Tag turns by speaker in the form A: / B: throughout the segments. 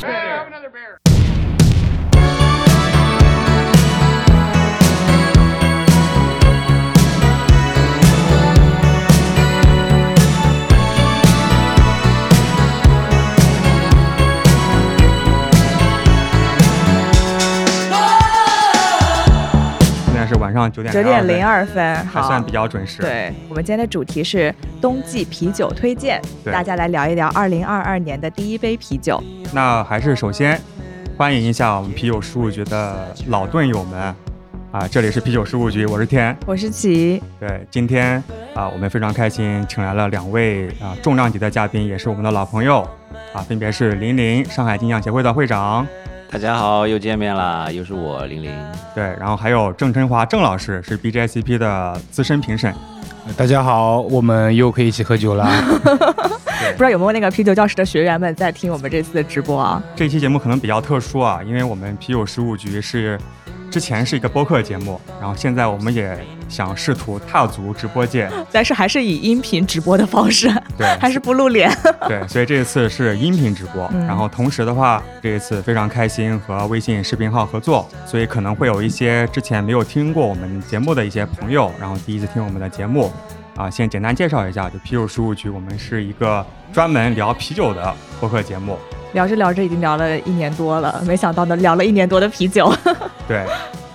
A: Brother Bear.
B: Oh!
C: 现在是晚上九点
D: 九点零，二分，
C: 还
D: 好
C: 算，比较准时。，
D: 对我们今天的主题是冬季啤酒推荐，
C: 对
D: 大家来聊一聊二零二二年的第一杯啤酒。
C: 那还是首先欢迎一下我们啤酒事务局的老盾友们啊，这里是啤酒事务局，我是天。
D: 我是琪，
C: 对，今天啊，我们非常开心，请来了两位啊重量级的嘉宾，也是我们的老朋友啊，分别是林林，上海金匠协会的会长，
E: 大家好，又见面啦，又是我玲玲。
C: 对，然后还有郑晨华郑老师，是 BJCP 的资深评审。
F: 大家好，我们又可以一起喝酒了。
D: 不知道有没有那个啤酒教室的学员们在听我们这次的直播啊？
C: 这期节目可能比较特殊啊，因为我们啤酒事务局是之前是一个播客节目，然后现在我们也想试图踏足直播界，
D: 但是还是以音频直播的方式，
C: 对，
D: 还是不露脸。
C: 对，所以这次是音频直播，
D: 嗯
C: 然后同时的话，这一次非常开心和微信视频号合作，所以可能会有一些之前没有听过我们节目的一些朋友，然后第一次听我们的节目，啊，先简单介绍一下，就啤酒事务局，我们是一个专门聊啤酒的播客节目，
D: 聊着聊着已经聊了一年多了，没想到呢，聊了一年多的啤酒。
C: 对，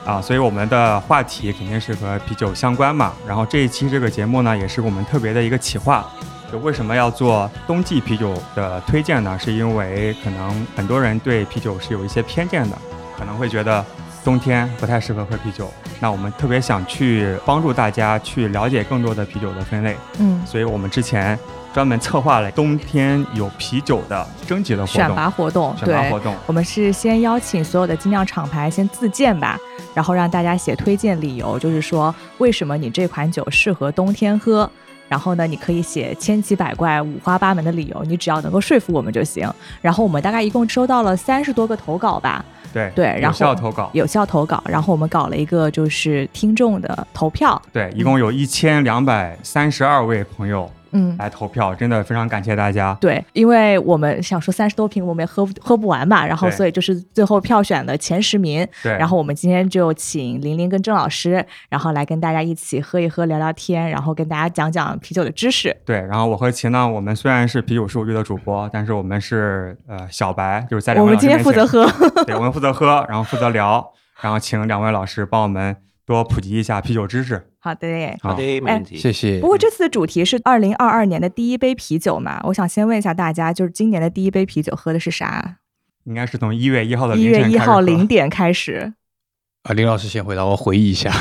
C: 啊，所以我们的话题肯定是和啤酒相关嘛。然后这一期这个节目呢，也是我们特别的一个企划。就为什么要做冬季啤酒的推荐呢？是因为可能很多人对啤酒是有一些偏见的，可能会觉得冬天不太适合喝啤酒。那我们特别想去帮助大家去了解更多的啤酒的分类，
D: 嗯，
C: 所以我们之前专门策划了冬天有啤酒的征集的活
D: 选
C: 动，
D: 拔活动，
C: 选拔
D: 对
C: 活，动。
D: 我们是先邀请所有的精酿厂牌先自荐吧，然后让大家写推荐理由，就是说为什么你这款酒适合冬天喝。然后呢，你可以写千奇百怪、五花八门的理由，你只要能够说服我们就行。然后我们大概一共收到了三十多个投稿吧，
C: 对
D: 对然
C: 有效
D: 后
C: 投稿。
D: 有效投稿。然后我们搞了一个就是听众的投票，
C: 对，一共有一千两百三十二位朋友
D: 嗯，
C: 来投票，真的非常感谢大家。
D: 对，因为我们想说三十多瓶我们也喝不喝不完嘛，然后
C: 对
D: 所以就是最后票选的前十名，
C: 对，
D: 然后我们今天就请玲玲跟郑老师，然后来跟大家一起喝一喝、聊聊天，然后跟大家讲讲啤酒的知识。
C: 对，然后我和秦呢，我们虽然是啤酒数据的主播，但是我们是呃小白，就是在两
D: 我
C: 位
D: 们
C: 老师
D: 今天
C: 面
D: 负责
C: 前，
D: 喝，
C: 对，我们负责喝， 然后负责聊，然后请两位老师帮我们多普及一下啤酒知识。
D: 好哎的耶。
C: 好
E: 好的，没问题。
F: 谢谢
D: 不。过这次的主题是二零二二年的第一杯啤酒嘛，我想先问一下大家，就是今年的第一杯啤酒喝的是啥？
C: 应该是从一月一号的
D: 一
C: 哦凌晨
D: 月
C: 开
D: 一
C: 始
D: 号
C: 喝
D: 零点开始，
F: 啊，林老师先回答，我回忆一下。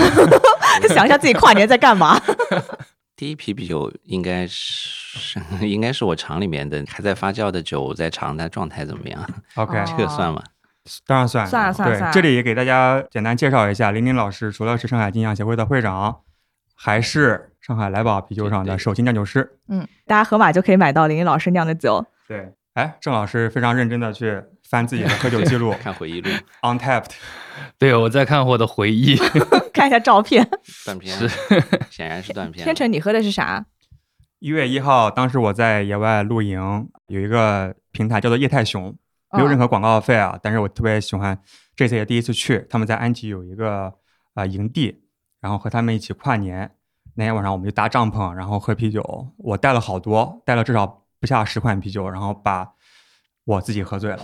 D: 想一下自己跨年在干嘛？
E: 第一批啤酒应该是应该是我厂里面的还在发酵的酒，在尝它状态怎么样，
C: ，OK，、
D: 哦
E: 这个算吗？
C: 当然算
D: 算了算了
C: 对，
D: 算了
C: 这里也给大家简单介绍一下，林林老师除了是上海金匠协会的会长，还是上海来宝啤酒厂
E: 对
C: 的
E: 对
C: 首席酿酒师。
D: 嗯，大家盒马就可以买到林林老师酿的酒。
C: 对，哎，郑老师非常认真的去翻自己的喝酒记 录
E: 看回忆录、
C: ，Untapped，
F: 对，我在看我的回忆。
D: 看一下照片，
E: 断片
F: 是，
E: 显然是断片。
D: 天成，你喝的是啥？
C: 一月一号，当时我在野外露营，有一个平台叫做夜太熊，没有任
D: 何。
C: 何广告费啊，但是我特别喜欢，这次也第一次去，他们在安吉有一个啊、呃营地，然后和他们一起跨年，那天晚上我们就搭帐篷，然后喝啤酒，我带了好多，带了至少不下十款啤酒，然后把我自己喝 醉了，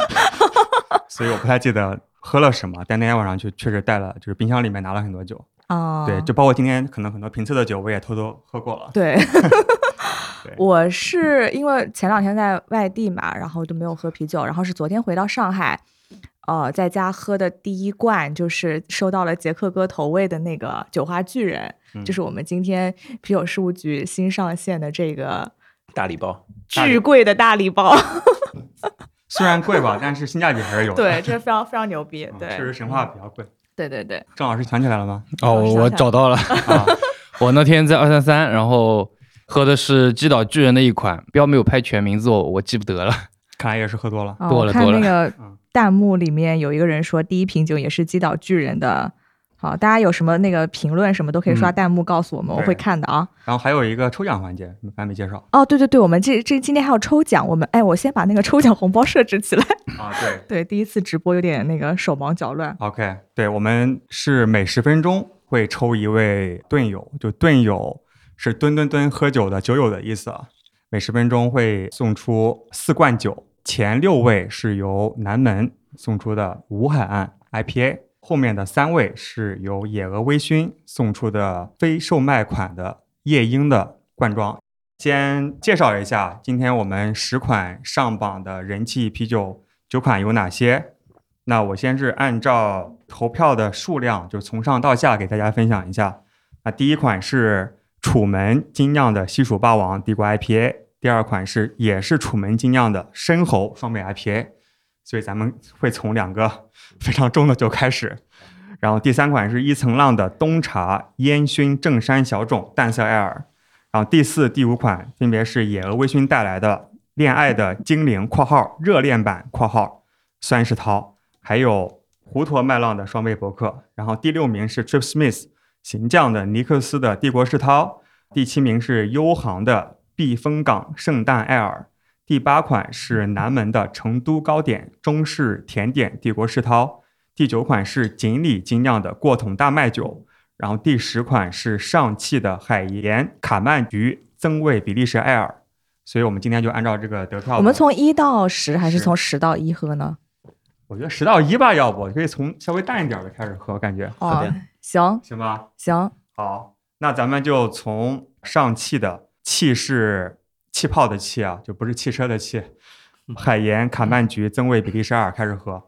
C: 所以我不太记得喝了什么，但那天晚上就确实带了，就是冰箱里面拿了很多酒，
D: 啊，
C: 对，就包括今天可能很多评测的酒，我也偷偷喝过了，
D: 对
C: 对，
D: 我是因为前两天在外地嘛，然后就没有喝啤酒，然后是昨天回到上海，呃，在家喝的第一罐就是收到了杰克哥投喂的那个酒花巨人，
C: 嗯
D: 就是我们今天啤酒事务局新上线的这个
E: 大礼包，
C: 大礼哦
D: 巨贵的大礼包，
C: 虽然贵吧，但是性价比还是有的，
D: 对，这非常非常牛逼，
C: 嗯，
D: 对，
C: 确实神话比较贵。
D: 对对对，
C: 郑老师想起来了吗？
F: 哦，我找到 了，
C: 啊，
F: 我那天在二三三，然后喝的是击倒巨人的一款，标没有拍全名字，我我记不得了。
C: 看来也是喝多了。
D: 啊
F: 多
D: 我
F: 了
D: 看
F: 多
D: 那
F: 了
D: 个
C: 嗯
D: 弹幕里面有一个人说，第一瓶酒也是击倒巨人的好，大家有什么那个评论什么都可以刷
C: 嗯
D: 弹幕告诉我们，我
C: 对
D: 会看的啊。
C: 然后还有一个抽奖环节，你们还没介绍
D: 哦，对对对，我们这这今天还有抽奖，我们哎，我先把那个抽奖红包设置起来。
C: 啊？对
D: 对，第一次直播有点那个手忙脚乱。
C: ，OK，对我们是每十分钟会抽一位盾友，就盾友是蹲蹲蹲喝酒的酒友的意思啊。每十分钟会送出四罐酒，前六位是由南门送出的无海岸 IPA，后面的三位是由野鹅微醺送出的非售卖款的夜鹰的罐装。先介绍一下，今天我们十款上榜的人气啤酒九款有哪些？那我先是按照投票的数量，就从上到下给大家分享一下。那第一款是楚门精酿的西蜀霸王帝国 IPA，第二款是也是楚门精酿的深喉双倍 IPA，所以咱们会从两个 非常重的酒开始。然后第三款是一层浪的冬茶烟熏正山小种淡色艾尔，然后第四、第五款分别是野鹅微醺带来的恋爱的精灵（括号热恋版（括号）酸石涛），还有胡陀麦浪的双倍博客。然后第六名是 Trip Smith 行将的尼克斯的帝国世涛，第七名是优航的避风港圣诞艾尔，第八款是南门的成都糕点中式甜点帝国世涛，第九款是锦鲤精酿的过桶大麦酒，然后第十款是上汽的海盐卡曼菊增味比利时艾尔。所以我们今天就按照这个得票吧，
D: 我们从一到十，还是
C: 十
D: 从十到一喝呢？
C: 我觉得十到一吧，要不可以从稍微淡一点的开始喝，感觉
E: 好
D: 哦
E: 的，
D: 行
C: 行吧？
D: 行，
C: 好，那咱们就从上汽的气是气泡的气啊，就不是汽车的气。
D: 嗯
C: 海盐卡曼菊增味比利时艾尔开始喝，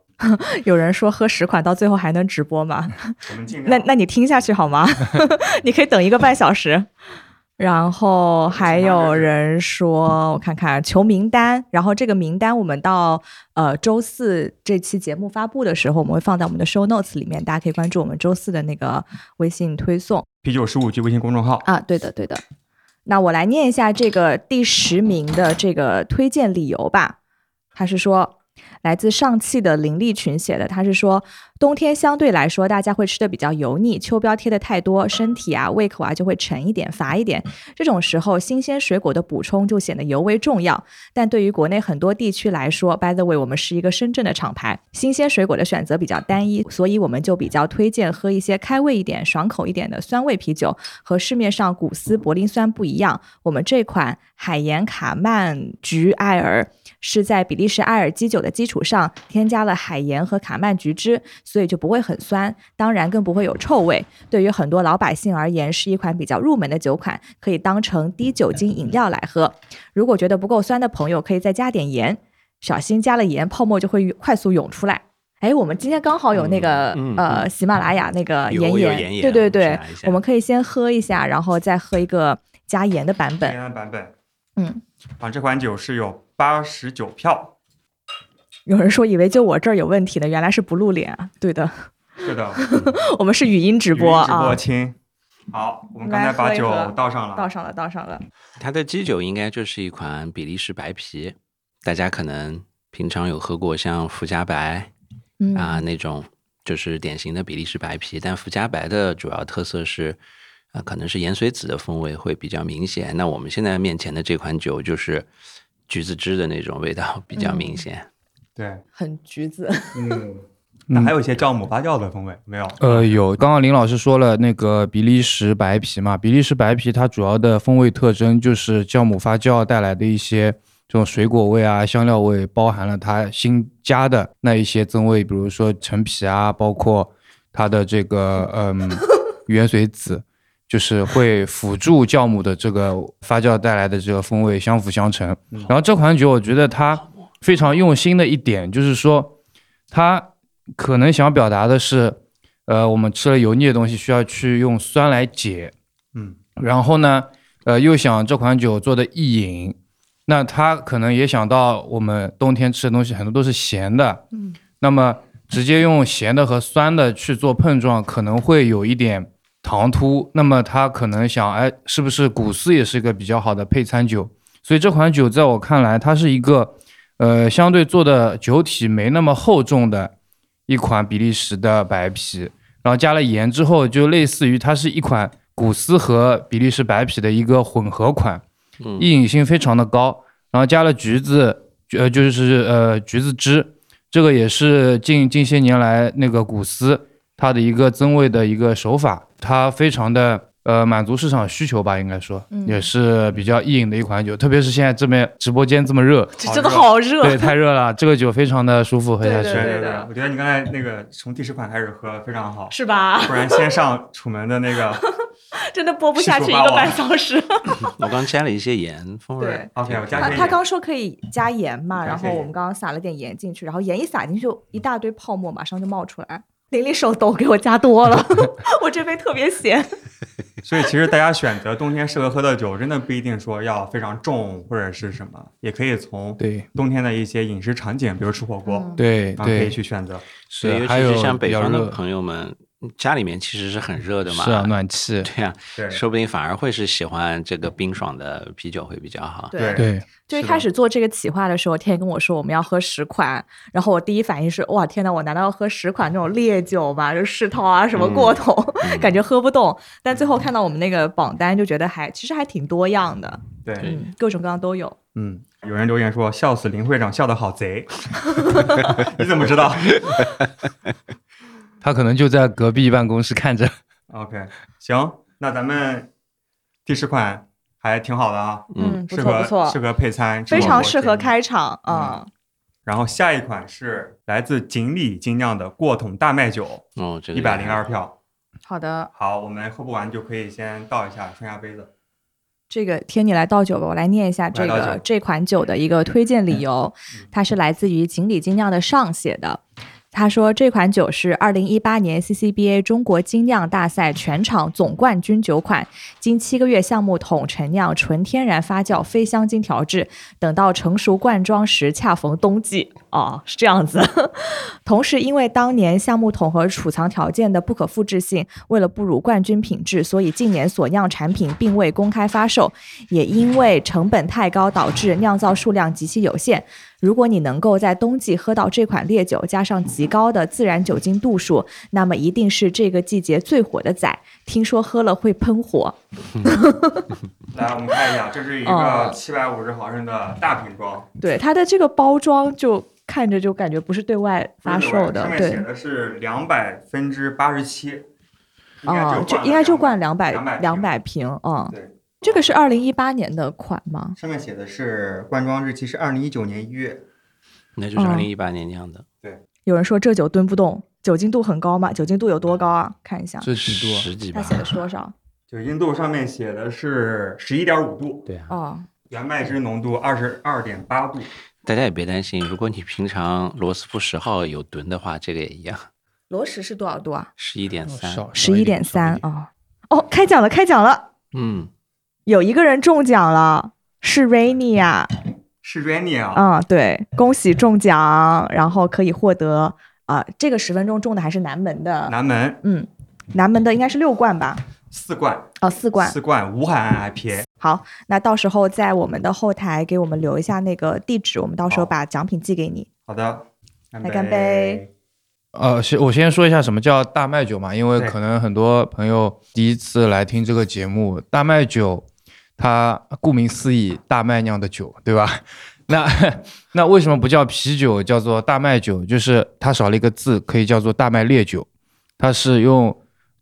D: 有人说喝十款到最后还能直播吗？
C: 我们尽量。
D: 那那你听下去 好吗？你可以等一个半小时。然后还有人说，我看看求名单，然后这个名单我们到呃周四这期节目发布的时候，我们会放在我们的 show notes 里面，大家可以关注我们周四的那个微信推送
C: 啤酒十五局微信公众号，
D: 啊。对的，对的。那我来念一下这个第十名的这个推荐理由吧。他是说，来自上汽的林立群写的，他是说冬天相对来说大家会吃的比较油腻，秋膘贴的太多，身体啊胃口啊就会沉一点、乏一点。这种时候，新鲜水果的补充就显得尤为重要。但对于国内很多地区来说，by the way，我们是一个深圳的厂牌，新鲜水果的选择比较单一，所以我们就比较推荐喝一些开胃一点、爽口一点的酸味啤酒。和市面上古斯柏林酸不一样，我们这款海盐卡曼菊艾尔是在比利时艾尔基酒的基础上添加了海盐和卡曼菊汁，所以就不会很酸，当然更不会有臭味。对于很多老百姓而言，是一款比较入门的酒款，可以当成低酒精饮料来喝。如果觉得不够酸的朋友，可以再加点盐，小心加了盐，泡沫就会快速涌出来。哎，我们今天刚好有那个、
E: 嗯嗯
D: 呃喜马拉雅那个
E: 有
D: 盐
E: 有
D: 盐，
E: 盐盐
D: 对对
E: 我
D: 对
E: 查一，下
D: 我们可以先喝一下，然后再喝一个加盐的版
C: 今
D: 本。
C: 天的版本。
D: 嗯，
C: 啊，这款酒是有八十九票，
D: 有人说以为就我这儿有问题的，原来是不露脸啊。对的，
C: 是的，
D: 我们是语音直播
C: 语音直播
D: 啊。
C: 亲。好，我们刚
D: 来
C: 才把
D: 喝一
C: 酒
D: 喝
C: 倒上了，
D: 倒上了，倒上了。
E: 它的基酒应该就是一款比利时白啤，大家可能平常有喝过像福加白
D: 嗯
E: 啊、那种，就是典型的比利时白啤。但福加白的主要特色是，啊、可能是盐水子的风味会比较明显。那我们现在面前的这款酒就是橘子汁的那种味道比较
F: 嗯
E: 明显。
C: 对，
D: 很橘子。
C: 嗯，那还有一些酵母发酵的风味没有？
F: 呃，有，刚刚林老师说了那个比利时白啤嘛，比利时白啤它主要的风味特征就是酵母发酵带来的一些这种水果味啊、香料味，包含了它新加的那一些增味，比如说陈皮啊，包括它的这个嗯原水子，就是会辅助酵母的这个发酵带来的这个风味相辅相成。然后这款酒，我觉得它非常用心的一点就是说，它可能想表达的是，呃，我们吃了油腻的东西需要去用酸来解，
C: 嗯，
F: 然后呢，呃，又想这款酒做的易饮，那它可能也想到我们冬天吃的东西很多都是咸的，
D: 嗯，
F: 那么直接用咸的和酸的去做碰撞，可能会有一点唐突。那么他可能想，哎，是不是古斯也是一个比较好的配餐酒？所以这款酒在我看来，它是一个，呃，相对做的酒体没那么厚重的一款比利时的白啤。然后加了盐之后，就类似于它是一款古斯和比利时白啤的一个混合款，
E: 嗯
F: 易饮性非常的高。然后加了橘子，呃，就是呃橘子汁，这个也是近近些年来那个古斯它的一个增味的一个手法，它非常的呃满足市场需求吧，应该说、
D: 嗯
F: 也是比较易饮的一款酒，特别是现在这边直播间这 么热，
D: 这真的好热，
F: 对，太热了，这个酒非常的舒服喝下去。
D: 对
C: 对
D: 的
C: 我觉得你刚才那个从第十款开始喝非常好，
D: 是吧？
C: 不然先上楚门的那个
D: 真的播不下去
C: 是
D: 一
C: 吧
D: 个半小时。
E: 我刚加了一些盐，风味儿
D: 对
C: OK，我加
D: 啊
C: 可以，
D: 他刚说可以加盐嘛，
C: 加
D: 然后
C: 盐
D: 我们刚刚撒了点盐进去，然后盐一撒进去，一大堆泡沫马上就冒出来。玲玲手抖，给我加多了， 我这杯特别咸。
C: 所以其实大家选择冬天适合喝的酒，真的不一定说要非常重或者是什么，也可以从
F: 对
C: 冬天的一些饮食场景，比如吃火
D: 嗯
C: 锅，
F: 对
C: 啊，可以
F: 对，
C: 去选择。
F: 是
E: 对，尤
F: 还
E: 其
F: 有
E: 是像北
F: 比较
E: 方的
F: 热
E: 朋友们，家里面其实是很热的嘛，
F: 是啊，暖气，
E: 对呀、
C: 对，
E: 说不定反而会是喜欢这个冰爽的啤酒会比较好。
C: 对
F: 对，
D: 就一
E: 是的
D: 开始做这个企划的时候，天天跟我说我们要喝十款，然后我第一反应是哇天呐，我难道要喝十款那种烈酒吗？就世涛啊什么过头，
E: 嗯
D: 感觉喝不动。但最
C: 嗯
D: 后看到我们那个榜单，就觉得还其实还挺多样的，
C: 对，
D: 嗯，各种各样都有。
C: 嗯，有人留言说笑死林会长笑得好贼， 你怎么知 道
F: 他可能就在隔壁办公室看着。
C: ？OK，行，那咱们第十款还挺好的啊，
E: 嗯，
D: 嗯，不
C: 适
D: 错
C: 合
D: 不错
C: 适，合配餐，
D: 非
C: 吃火
D: 常
C: 锅
D: 适合
C: 建议。
D: 开场
C: 嗯
D: 啊。
C: 然后下一款是来自锦鲤精酿的过桶大麦酒，
E: 哦，这个
C: 一百零二票。
D: 好的，
C: 好，我们喝不完就可以先倒一下，冲下杯子。
D: 这个天你来倒酒吧，我来念一下这
C: 来倒
D: 个
C: 酒
D: 这款酒的一个推荐理由
C: 嗯，
D: 它是来自于锦鲤精酿的上写的。他说这款酒是二零一八年 CCBA 中国精酿大赛全场总冠军酒款，经七个月橡木桶陈酿，纯天然发酵，非香精调制，等到成熟灌装时恰逢冬季。哦，是这样子。同时，因为当年橡木桶和储藏条件的不可复制性，为了不辱冠军品质，所以近年所酿产品并未公开发售，也因为成本太高，导致酿造数量极其有限。如果你能够在冬季喝到这款烈酒，加上极高的自然酒精度数，那么一定是这个季节最火的仔。听说喝了会喷火，
C: 来，我们看一下，这是一
D: 哦
C: 个七百五十毫升的大瓶装，
D: 对它的这个包装就看着就感觉不是对外发售的
C: 上，面写
D: 对，
C: 的是两百分之八十七，应该
D: 啊、
C: 就
D: 就
C: 灌
D: 应该就
C: 200
D: 灌两百
C: 200
D: 两百瓶，嗯，
C: 对，
D: 这个是二零一八年的款吗？
C: 上面写的是灌装日期是二零一九年一月，
E: 那就
D: 嗯
E: 是二零一八年酿的，
D: 有人说这酒蹲不动，酒精度很高吗？酒精度有多高啊？看一下，
F: 这几度啊？
E: 十几
D: 它
E: 吧。
D: 写的是多少？
C: 酒精度上面写的是十一点五度，
E: 对啊，
D: 哦，
C: 原麦汁浓度二十二点八度，
E: 大家也别担心，如果你平常罗斯福十号有吨的话，这个也一样，
D: 罗什是多少度啊？
E: 十一点三。
F: 哦少
D: 十一点三。啊！哦，开奖了，开奖了，
E: 嗯，
D: 有一个人中奖了。是 Rainy 啊，
C: 是 Rainy 啊，
D: 啊、对，恭喜中奖，然后可以获得啊、这个十分钟中的还是南门的，
C: 南门
D: 嗯，南门的应该是六罐吧，
C: 四罐，
D: 哦，四罐，
C: 四罐无海岸 IPA，
D: 好，那到时候在我们的后台给我们留一下那个地址，我们到时候
C: 好
D: 把奖品寄给你。
C: 好的，干
D: 来干杯，
F: 呃，先我先说一下什么叫大麦酒嘛，因为
C: 对
F: 可能很多朋友第一次来听这个节目，大麦酒它顾名思义，大麦酿的酒，对吧？ 那那为什么不叫啤酒，叫做大麦酒？就是它少了一个字，可以叫做大麦烈酒。它是用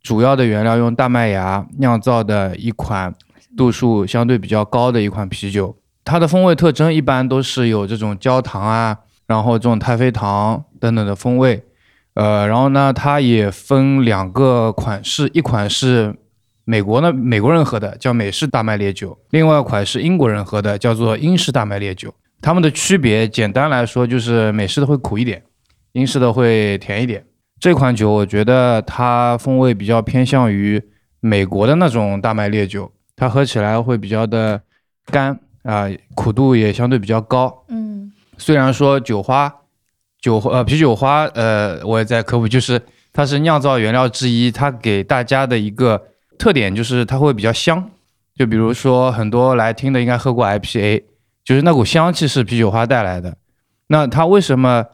F: 主要的原料用大麦芽酿造的一款度数相对比较高的一款啤酒。它的风味特征一般都是有这种焦糖啊，然后这种太妃糖等等的风味。呃，然后呢，它也分两个款式，一款是美国呢美国人喝的叫美式大麦烈酒，另外一款是英国人喝的叫做英式大麦烈酒。它们的区别，简单来说就是美式的会苦一点，英式的会甜一点。这款酒我觉得它风味比较偏向于美国的那种大麦烈酒，它喝起来会比较的干啊、苦度也相对比较高。
D: 嗯，
F: 虽然说酒花、酒花呃啤酒花呃，我也在科普，就是它是酿造原料之一，它给大家的一个特点就是它会比较香。就比如说很多来听的应该喝过 IPA，就是那股香气是啤酒花带来的。那它为什么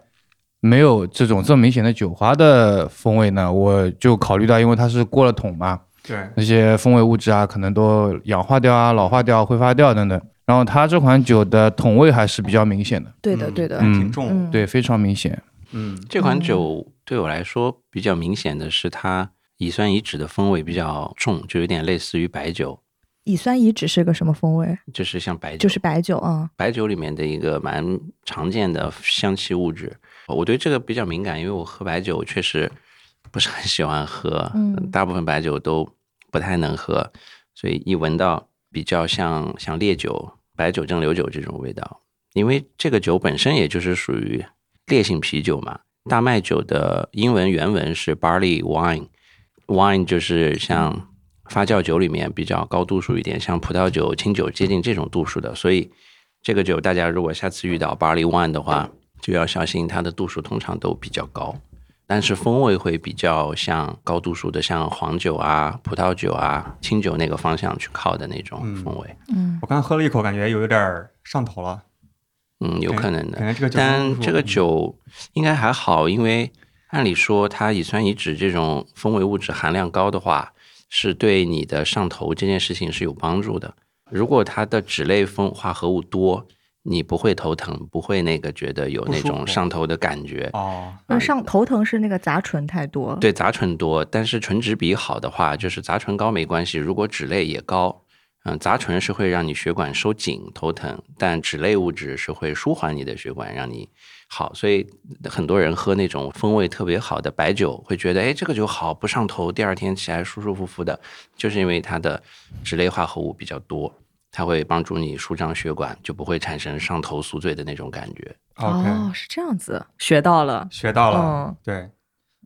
F: 没有这种这么明显的酒花的风味呢，我就考虑到，因为它是过了桶嘛，
C: 对，
F: 那些风味物质啊，可能都氧化掉啊、老化掉、挥发掉等等。然后它这款酒的桶味还是比较明显的，
D: 对的，对的，
C: 还挺重，
D: 嗯，
F: 对，非常明显。
C: 嗯，
E: 这款酒对我来说比较明显的是它乙酸乙酯的风味比较重，就有点类似于白酒，
D: 乙酸乙酯是个什么风味？
E: 就是像白酒，
D: 就是白酒啊、
E: 白酒里面的一个蛮常见的香气物质。我对这个比较敏感，因为我喝白酒确实不是很喜欢喝，
D: 嗯
E: 大部分白酒都不太能喝，所以一闻到比较像像烈酒、白酒、蒸馏酒这种味道，因为这个酒本身也就是属于烈性啤酒嘛。大麦酒的英文原文是 barley wine，wine 就是像发酵酒里面比较高度数一点，像葡萄酒、清酒接近这种度数的，所以这个酒大家如果下次遇到 barley wine 的话，就要小心，它的度数通常都比较高，但是风味会比较像高度数的，像黄酒啊、葡萄酒啊、清酒那个方向去靠的那种
C: 嗯
E: 风味，
D: 嗯
C: 我刚喝了一口，感觉有点儿上头了，
E: 嗯，有可能的
C: 感。觉这个酒，
E: 但这个，酒应该还好，因为按理说它乙酸乙酯这种风味物质含量高的话，是对你的上头这件事情是有帮助的。如果它的酯类风化合物多，你不会头疼，不会那个觉得有
C: 不
E: 那
C: 舒服
E: 种上头的感觉。
C: 哦，
D: 嗯，上头疼是那个杂醇太多，，
E: 对杂醇多，但是醇酯比好的话，就是杂醇高没关系，如果酯类也高，嗯，杂醇是会让你血管收紧、头疼，但酯类物质是会舒缓你的血管，让你好。所以很多人喝那种风味特别好的白酒，会觉得哎这个酒好不上头，第二天起来舒舒服服的，就是因为它的酯类化合物比较多。它会帮助你舒张血管，就不会产生上头宿醉的那种感觉。
D: 哦
C: OK，，
D: 是这样子，学到了，
C: 学到了，
D: 嗯，
C: 对，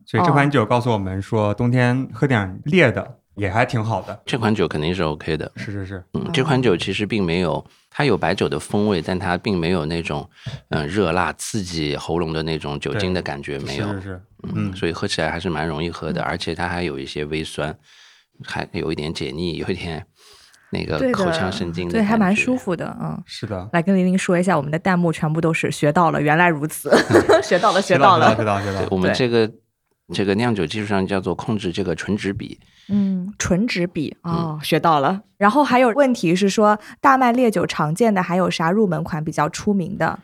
C: 所以这款酒告诉我们说，冬天喝点烈的也还挺好的，
E: 这款酒肯定是 OK 的，
C: 是是是，
E: 嗯，这款酒其实并没有，它有白酒的风味，但它并没有那种嗯、呃热辣刺激喉咙的那种酒精的感觉，没有
C: 是，是是，
E: 嗯，
C: 嗯
E: 所以喝起来还是蛮容易喝
D: 嗯
E: 的，而且它还有一些微酸，还有一点解腻，有一点那个
D: 对的，
E: 口腔神经的
D: 对，还蛮
E: 感觉
D: 舒。服的，嗯。
C: 是的，
D: 来跟玲玲说一下，我们的弹幕全部都是学到了，原来如此，学到了，学
C: 学
D: 到了，
C: 到学到
E: 对
C: 学到，
E: 我们
D: 对
E: 这个这个酿酒技术上叫做控制这个醇酯比，
D: 嗯，纯纸笔哦，学到了。然后还有问题是说，大麦烈酒常见的还有啥入门款比较出名的？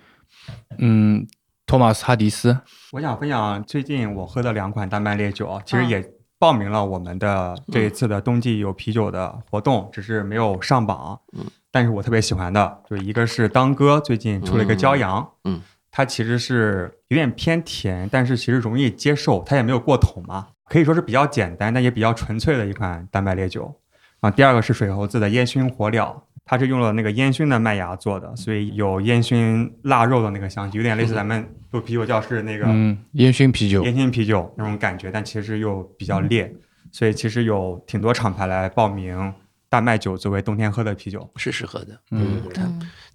F: 嗯，托马斯哈迪斯，
C: 我想分享最近我喝的两款丹麦烈酒，其
E: 嗯
C: 实也报名了我们的这一次的冬季有啤酒的活动，只是没有上榜。
E: 嗯，
C: 但是我特别喜欢的，就一个是当哥最近出了一个骄阳，
E: 嗯嗯
C: 它其实是有点偏甜，但是其实容易接受，它也没有过桶嘛，可以说是比较简单，但也比较纯粹的一款丹麦烈酒。啊，第二个是水猴子的烟熏火燎，它是用了那个烟熏的麦芽做的，所以有烟熏腊肉的那个香气，有点类
E: 嗯
C: 似咱们做啤酒教室那个
F: 嗯，烟熏啤酒，
C: 烟熏啤酒那种感觉，但其实又比较烈，所以其实有挺多厂牌来报名大麦酒作为冬天喝的啤酒。
E: 是适合的。
F: 嗯，
E: 它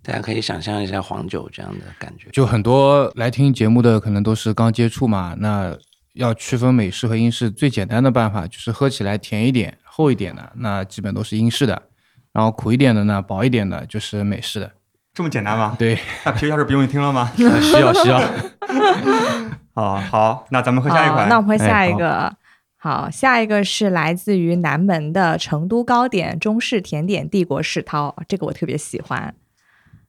E: 大家可以想象一下黄酒这样的感觉。
F: 就很多来听节目的可能都是刚接触嘛，那要区分美式和英式，最简单的办法就是喝起来甜一点、厚一点的，那基本都是英式的；然后苦一点的呢，薄一点的就是美式的。
C: 这么简单吗？
F: 对，
C: 那啤酒教室不用听了吗？
F: 需要需要。
C: 啊，好，那咱们喝下一
D: 好
C: 款。
D: 哦啊那我们喝
F: 哎
D: 下一
F: 好
D: 个。好，下一个是来自于南门的成都糕点中式甜点帝国世涛，这个我特别喜欢。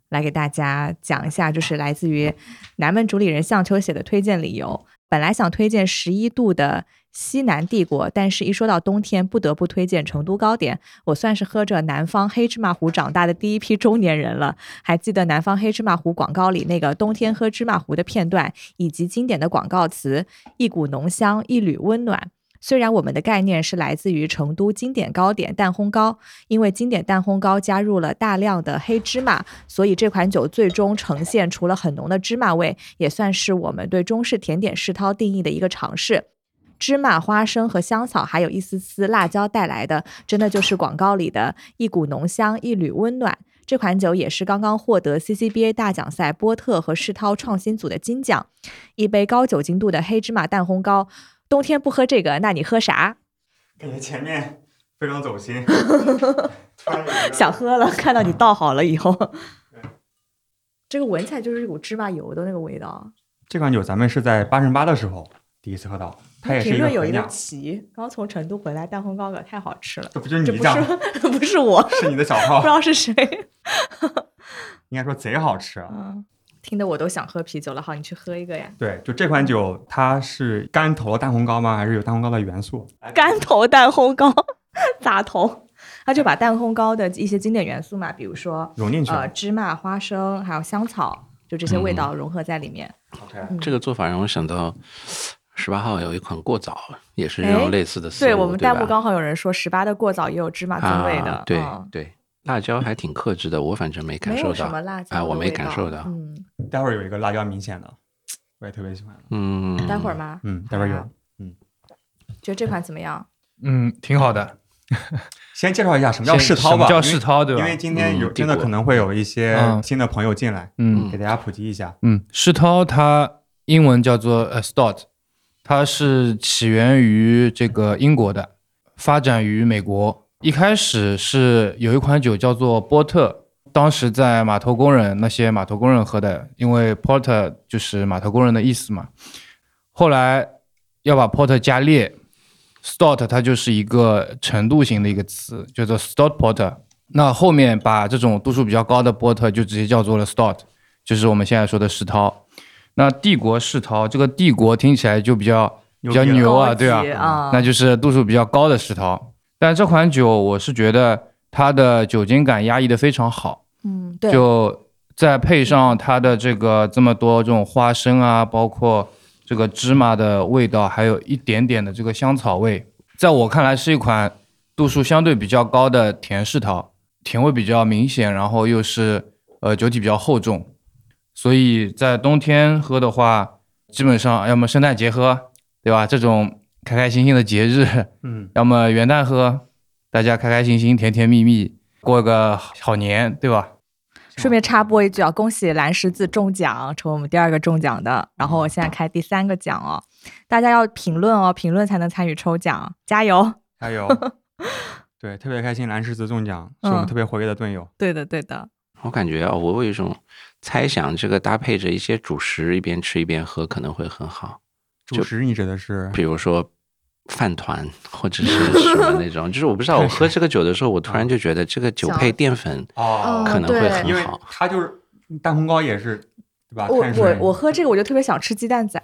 D: 来给大家讲一下，就是来自于南门主理人向秋写的推荐理由。本来想推荐十一度的西南帝国，但是一说到冬天，不得不推荐成都糕点。我算是喝着南方黑芝麻糊长大的第一批中年人了，还记得南方黑芝麻糊广告里那个冬天喝芝麻糊的片段，以及经典的广告词“一股浓香，一缕温暖”。虽然我们的概念是来自于成都经典糕点蛋烘糕，因为经典蛋烘糕加入了大量的黑芝麻，所以这款酒最终呈现除了很浓的芝麻味，也算是我们对中式甜点世涛定义的一个尝试。芝麻、花生和香草，还有一丝丝辣椒带来的，真的就是广告里的一股浓香，一缕温暖。这款酒也是刚刚获得 CCBA 大奖赛波特和世涛创新组的金奖。一杯高酒精度的黑芝麻蛋烘糕，冬天不喝这个，那你喝啥？
C: 感觉前面非常走心， 突然有一个
D: 想喝了，看到你 倒好了以后，这个闻起来就是一股芝麻油的那个味道。
C: 这款酒咱们是在八十八的时候第一次喝到，它也是
D: 评
C: 一个
D: 论有
C: 很
D: 一个
C: 酿，
D: 奇，刚从成都回来，蛋烘糕可太好吃了，
C: 这不就是
D: 这
C: 你
D: 不
C: 讲，
D: 是不是我，
C: 是你的小
D: 不知
C: 号，
D: 道 是谁，
C: 应该说贼好吃。啊
D: 嗯，听得我都想喝啤酒了，好，你去喝一 个呀，
C: 对，就这款酒，它是干头蛋烘糕吗？还是有蛋烘糕的元素？
D: 干头蛋烘糕，咋头？他就把蛋烘糕的一些经典元素嘛，比如说
C: 融进去了。嗯
D: 呃芝麻、花生，还有香草，就这些味道融合在里面。
C: OK，
E: 这个做法让我想到十八号有一款过早，也是这种类似的思路，
D: 对我们弹
E: 吧
D: 幕刚好有人说十八的过早也有芝麻
E: 啊，
D: 滋味的，
E: 对、
D: 嗯
E: 对，辣椒还挺克制的，我反正没感
D: 没
E: 受
D: 有什
E: 到
D: 么。辣椒
E: 啊我
D: 的
E: 没
D: 味
E: 感
D: 道
E: 受到
D: 嗯，
C: 待会儿有一个辣椒明显的，我也特别喜欢。
E: 嗯，
D: 待会儿吗？
C: 嗯，待会儿有。
D: 啊觉得这款怎么样？
F: 嗯，挺好的。
C: 先介绍一下什么叫
F: 先
C: 世
F: 什
C: 涛
F: 么
C: 吧，
F: 叫
C: 因为
F: 世涛对吧
C: 因为今天
E: 嗯
C: 有
E: 帝
C: 真的
E: 国
C: 可能会有一些
F: 嗯
C: 新的朋友进来，
F: 嗯
C: 给大家普及一下。
F: 嗯，世涛它英文叫做呃 stout，它是起源于这个英国的，发展于美国。一开始是有一款酒叫做波特，当时在码头工人那些码头工人喝的，因为 porter 就是码头工人的意思嘛。后来要把 porter 加烈，stout 它就是一个程度型的一个词，叫做 stout porter。那后面把这种度数比较高的波特就直接叫做了 stout。就是我们现在说的世涛。那帝国世涛，这个帝国听起来就比较比较
C: 逼了
F: 牛
D: 高
F: 啊，
D: 级
F: 对啊，
D: 啊，
F: 那就是度数比较高的世涛。但这款酒我是觉得它的酒精感压抑的非常好，
D: 嗯，对，
F: 就再配上它的这个这么多这种花生啊，包括这个芝麻的味道，还有一点点的这个香草味，在我看来是一款度数相对比较高的甜世桃，甜味比较明显，然后又是呃酒体比较厚重，所以在冬天喝的话，基本上要么圣诞节喝，对吧？这种开开心心的节日，
C: 嗯，
F: 要么元旦喝，大家开开心心、甜甜蜜蜜过个好年，对吧？
D: 顺便插播一句啊，恭喜蓝十字中奖，成为我们第二个中奖的。然后我现在开第三个奖哦，大家要评论哦，评论才能参与抽奖，加油！
C: 还有，对，特别开心，蓝十字中奖是
D: 嗯
C: 我们特别活跃的队友。
D: 对的，对的，
E: 我感觉啊，我有一种猜想，这个搭配着一些主食，一边吃一边喝可能会很好，
C: 主食你指的是
E: 比如说。饭团或者是 什么那种，就是我不知道，我喝这个酒的时候，我突然就觉得这个酒配淀粉
C: 哦
E: 可能会
D: 对
E: 很
C: 因为
E: 好。
C: 它就是蛋烘糕也是对吧？
E: 啊
D: 我
C: 碳
D: 我
C: 水
D: 我喝这个我就特别想吃鸡蛋 仔，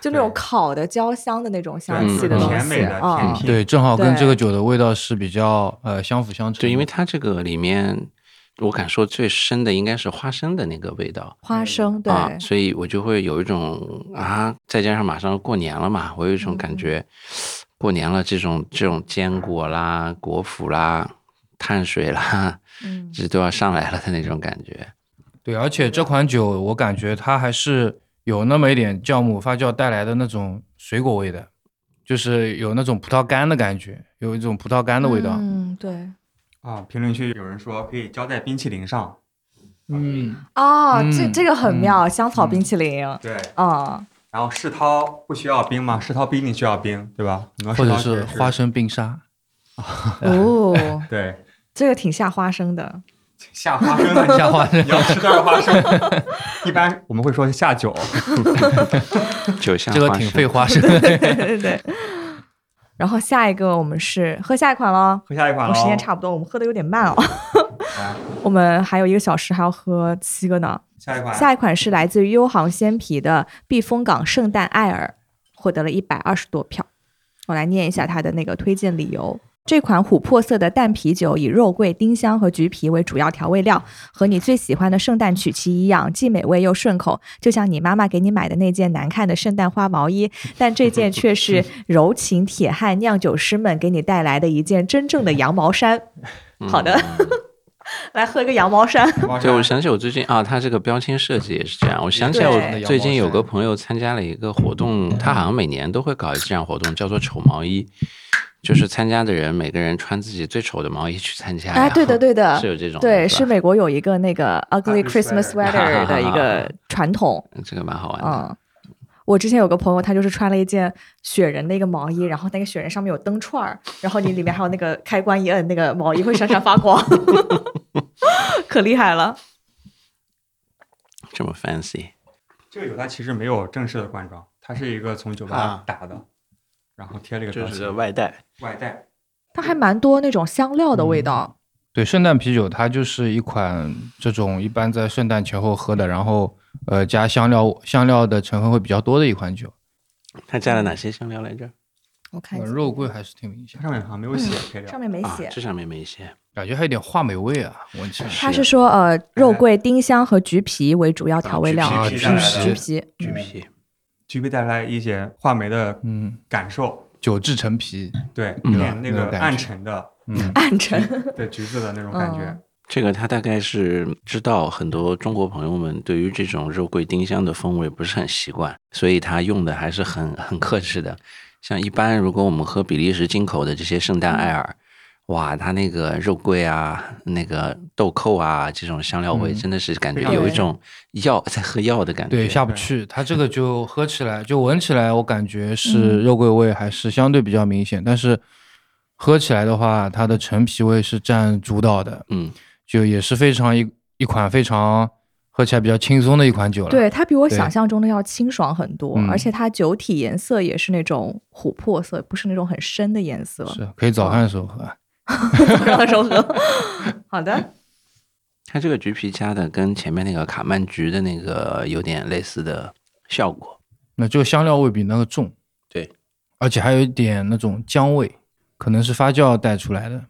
D: 就那种烤的焦香的那种香
C: 对
D: 气的东
E: 甜
D: 西
C: 美的甜
D: 啊
C: 品。
F: 对，正好
D: 嗯对
F: 跟这个酒的味道是比较呃相辅相成的。
E: 对，因为它这个里面，我感受最深的应该是花生的那个味道。
D: 花生对，
E: 啊，所以我就会有一种啊，再加上马上过年了嘛，我有一种
D: 嗯
E: 感觉，过年了这种这种坚果啦、果脯啦、碳水啦，
D: 嗯，
E: 这都要上来了的那种感觉。
F: 对，而且这款酒我感觉它还是有那么一点酵母发酵带来的那种水果味的，就是有那种葡萄干的感觉，有一种葡萄干的味道。
D: 嗯，对，
C: 啊，评论区有人说可以浇在冰淇淋上，
F: 嗯，
D: 哦，这
F: 嗯
D: 这个很妙，香草冰淇淋，
C: 对。
D: 嗯，
C: 然后世涛不需要冰吗？世涛不一定需要冰，对吧？很多
F: 或
C: 世
F: 者
C: 涛
F: 是
C: 其实
F: 花生冰
E: 啊
F: 沙。
D: 哦，
C: 对
D: 这个挺下花 生的，
C: 下花生的
F: 下花生
C: 你要吃多少花生？ 一般我们会说下酒，
E: 酒香
F: 这个
E: 花
F: 挺
E: 生
F: 费 花生的。
D: 对对对。然后下一个我们是喝下一款喽，
C: 喝下一款
D: 我
C: 喽。
D: 们时间差不多，我们喝的有点慢哦，
C: 来
D: 我们还有一个小时还要喝七个呢。
C: 下一款，
D: 下一款是来自于优航鲜啤的避风港圣诞艾尔，获得了一百二十多票。我来念一下它的那个推荐理由。这款琥珀色的淡啤酒以肉桂、丁香和橘皮为主要调味料，和你最喜欢的圣诞曲奇一样，既美味又顺口，就像你妈妈给你买的那件难看的圣诞花毛衣，但这件却是柔情铁汉酿酒师们给你带来的一件真正的羊毛衫。好的，来喝一个羊毛衫。
C: 花
E: 嗯对，
C: 生
E: 我想起我最近啊，它这个标签设计也是这样。我想起来，
D: 对
E: 我最近有个朋友参加了一个活动，他好像每年都会搞一这样活动，叫做“丑毛衣”，就是参加的人每个人穿自己最丑的毛衣去参加。
D: 哎，对的，对的，
E: 是有这种的
D: 对，
E: 是吧
D: 是美国有一个那个
C: Ugly
D: ugly Christmas
C: sweater
D: sweater 的
E: 啊
D: 一个传统，
E: 这个蛮好玩的。
D: 嗯。我之前有个朋友，他就是穿了一件雪人的一个毛衣，然后那个雪人上面有灯串儿，然后你里面还有那个开关一摁，那个毛衣会闪闪发光， 可厉害了。
E: 这么 fancy，
C: 这个酒它其实没有正式的罐装，它是一个从酒吧
E: 啊
C: 打的，然后贴了一个标
E: 就是
C: 签，
E: 外带。
C: 外带。
D: 它还蛮多那种香料的
E: 嗯
D: 味道，
F: 对，圣诞啤酒它就是一款这种一般在圣诞前后喝的，然后呃加香料香料的成分会比较多的一款酒。
E: 它加了哪些香料来着？
D: 我看一
F: 呃
D: 下
F: 肉桂还是挺明显
C: 它
F: 的，
C: 上面好像没有写配料，
D: 嗯上面没
E: 啊
D: 写，。
E: 这上面没写。
F: 感觉还有点话梅味啊，闻起来。
D: 它是说呃，肉桂、丁香和橘皮为主要调味料，
E: 哎啊
F: 橘皮
D: 橘
F: 橘
D: 皮，嗯
E: 橘皮，
C: 橘皮带来一些话梅的
F: 嗯，
C: 感受，
F: 酒制陈皮，
C: 对，
E: 嗯
C: 有点那
F: 那
C: 个
F: 种感觉
C: 暗沉的
F: 嗯
D: 暗沉。
C: 对橘子的那种感觉
D: 嗯。
E: 这个他大概是知道很多中国朋友们对于这种肉桂丁香的风味不是很习惯，所以他用的还是很很克制的。像一般如果我们喝比利时进口的这些圣诞艾尔，哇，它那个肉桂啊、那个豆蔻啊这种香料味，真的是感觉
C: 非常
E: 有一
D: 有
E: 种药在喝药的感觉。
F: 对，下不去。它这个就喝起来，就闻起来，我感觉是肉桂味还是相对比较明显，但是喝起来的话，它的陈皮味是占主导的，
E: 嗯，
F: 就也是非常一一款非常喝起来比较轻松的一款酒了。
D: 对，它比我
F: 对
D: 想象中的要清爽很多，
F: 嗯
D: 而且它酒体颜色也是那种琥珀色，不是那种很深的颜色。
F: 是可以早饭的时候喝。啊
D: 让他收喝。好的，
E: 它这个橘皮加的跟前面那个卡曼橘的那个有点类似的效果。
F: 那这个香料味比那个重，
E: 对，
F: 而且还有一点那种姜味，可能是发酵带出来的。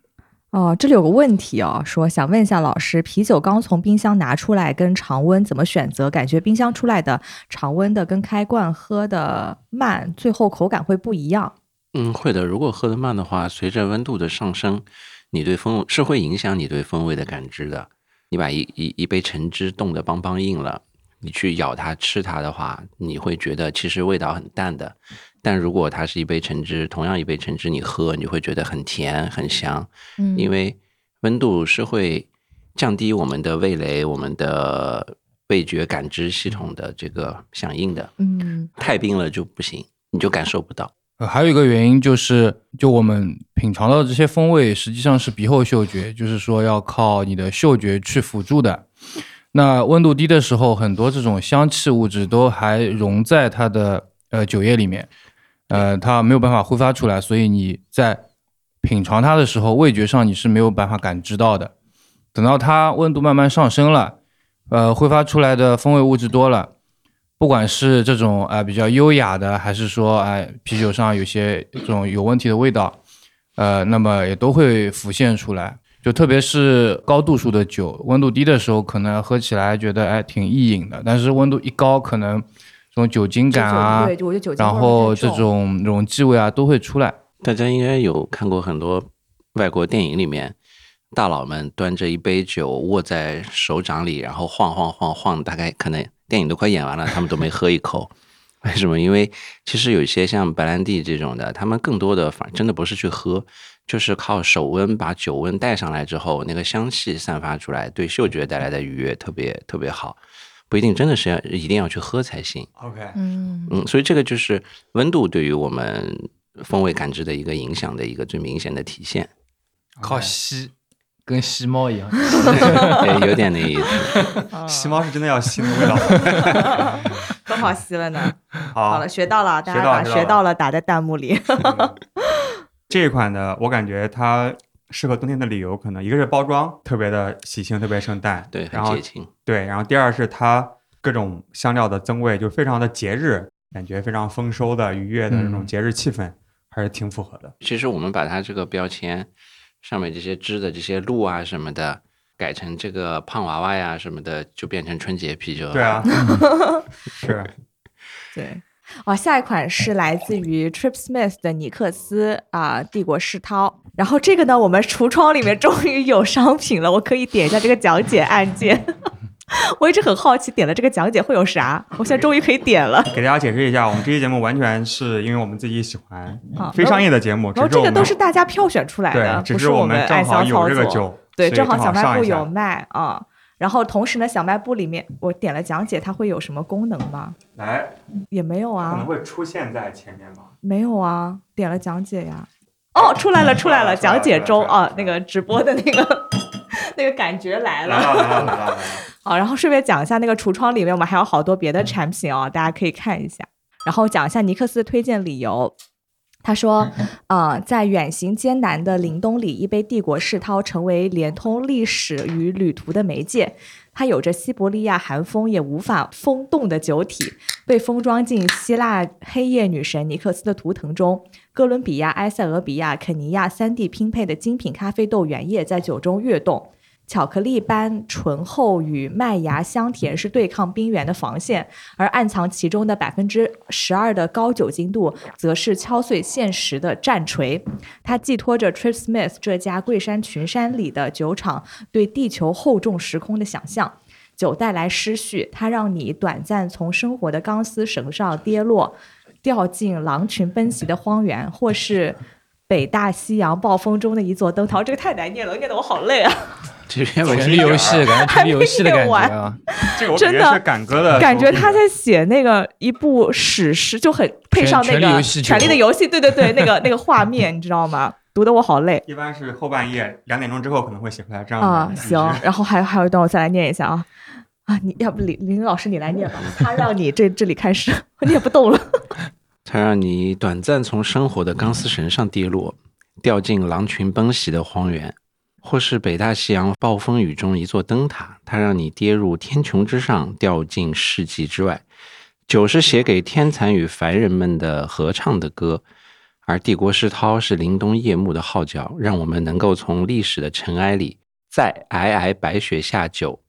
D: 哦，这里有个问题哦，说想问一下老师，啤酒刚从冰箱拿出来，跟常温怎么选择？感觉冰箱出来的常温的跟开罐喝的慢，最后口感会不一样。
E: 嗯，会的。如果喝得慢的话，随着温度的上升，你对风是会影响你对风味的感知的。你把一一一杯橙汁冻得梆梆硬了，你去咬它吃它的话，你会觉得其实味道很淡的。但如果它是一杯橙汁，同样一杯橙汁你喝，你会觉得很甜很香，
D: 嗯
E: 因为温度是会降低我们的味蕾、我们的味觉感知系统的这个响应的。
D: 嗯，
E: 太冰了就不行，你就感受不到。
F: 呃，还有一个原因就是，就我们品尝到的这些风味，实际上是鼻后嗅觉，就是说要靠你的嗅觉去辅助的。那温度低的时候，很多这种香气物质都还融在它的呃酒液里面，呃，它没有办法挥发出来，所以你在品尝它的时候，味觉上你是没有办法感知到的。等到它温度慢慢上升了，呃，挥发出来的风味物质多了，不管是这种啊、呃比较优雅的，还是说哎、啤酒上有些这种有问题的味道，呃，那么也都会浮现出来。就特别是高度数的酒，温度低的时候，可能喝起来觉得哎挺易饮的，但是温度一高，可能这种酒精感啊，
D: 对，我觉得酒精
F: 然后这种容积味啊都会出来。
E: 大家应该有看过很多外国电影里面，大佬们端着一杯酒握在手掌里，然后晃晃晃晃，大概可能电影都快演完了，他们都没喝一口。 为什么？因为其实有一些像白兰地这种的，他们更多的反真的不是去喝，就是靠手温把酒温带上来之后，那个香气散发出来，对嗅觉带来的愉悦特别特别好，不一定真的是要一定要去喝才行。
C: OK，
D: 嗯
E: 嗯，所以这个就是温度对于我们风味感知的一个影响的一个最明显的体 现，
F: 靠吸，哎跟吸猫一样。
E: 对有点那意思。
C: 吸猫是真的要吸那个味 道。
D: 多好吸了呢。好
C: 好
D: 了，，学到了，大家把
C: 学到了
D: 学到了打在弹幕里。
C: 这一款呢，我感觉它适合冬天的理由，可能一个是包装特别的喜庆，特别圣诞，
E: 对，
C: 然
E: 很
C: 后
E: 解情。
C: 对，然后第二是它各种香料的增味，就非常的节日，感觉非常丰收的、愉悦的那种
F: 嗯
C: 节日气氛，还是挺符合的。
E: 其实我们把它这个标签上面这些枝的这些鹿啊什么的，改成这个胖娃娃呀什么的，就变成春节啤酒了。
C: 对 啊， 是
D: 对，啊，下一款是来自于 Trip Smith 的尼克斯啊、帝国世涛。然后这个呢，我们橱窗里面终于有商品了，我可以点一下这个讲解按键。 我一直很好奇，点了这个讲解会有啥？我现在终于可以点了。
C: 给大家解释一下，我们这期节目完全是因为我们自己喜欢
D: 啊
C: 非商业的节目，只
D: 然后
C: 是
D: 这
C: 我
D: 个
C: 们
D: 都是大家票选出来的，
C: 对，
D: 不
C: 只
D: 是
C: 是我
D: 们
C: 正
D: 暗
C: 好
D: 箱
C: 有
D: 操
C: 这个
D: 作。
C: 酒，
D: 对，
C: 所以
D: 正好
C: 好
D: 小卖
C: 上
D: 部
C: 一下
D: 有卖啊、然后同时呢，小卖部里面我点了讲解，它会有什么功能吗？
C: 来，
D: 也没有啊。
C: 可能会出现在前面吧。
D: 没有啊，点了讲解呀。哦，出来了，出来了，
C: 出来了
D: 讲解中
C: 出来了
D: 啊，那个直播的那个 那个感觉来
C: 来
D: 了。
C: 了来了来了 来了，
D: 好，然后顺便讲一下那个橱窗里面，我们还有好多别的产品哦，大家可以看一下。然后讲一下尼克斯的推荐理由。他说，呃，在远行艰难的凛冬里，一杯帝国世涛成为连通历史与旅途的媒介。它有着西伯利亚寒风也无法风冻的酒体，被封装进希腊黑夜女神尼克斯的图腾中。哥伦比亚、埃塞俄比亚、肯尼亚三地拼配的精品咖啡豆原液在酒中跃动。巧克力般醇厚与麦芽香甜是对抗冰原的防线，而暗藏其中的百分之十二的高酒精度，则是敲碎现实的战锤。它寄托着 Trip Smith 这家贵山群山里的酒厂对地球厚重时空的想象。酒带来失序，它让你短暂从生活的钢丝绳上跌落，掉进狼群奔袭的荒原，或是北大西洋暴风中的一座灯塔。这个太难念了，念得我好累啊！
E: 这篇文
F: 权
E: 章
F: 力游戏，感觉权力游戏的感觉
D: 还没
F: 啊，
C: 这个我
D: 真
C: 感
D: 的
C: 觉是赶 哥的，
D: 感觉他在写那个一部史诗，就很配上那
F: 权权力
D: 个
F: 游
D: 《
F: 戏
D: 权力
F: 就
D: 的游戏》，对对对，那个那个画面，你知道吗？读的我好累
C: 一般是后半夜两点钟之后可能会写出来这样的
D: 啊、
C: 感觉
D: 行，然后还还有一段，我再来念一下啊啊！你要不林林老师你来念吧，他让你这这里开始， 我念不动了。
E: 它让你短暂从生活的钢丝绳上跌落，掉进狼群奔袭的荒原，或是北大西洋暴风雨中一座灯塔，它让你跌入天穹之上，掉进世纪之外。酒是写给天蚕与凡人们的合唱的歌，而帝国世涛是凛冬夜幕的号角，让我们能够从历史的尘埃里，在皑皑白雪下酒，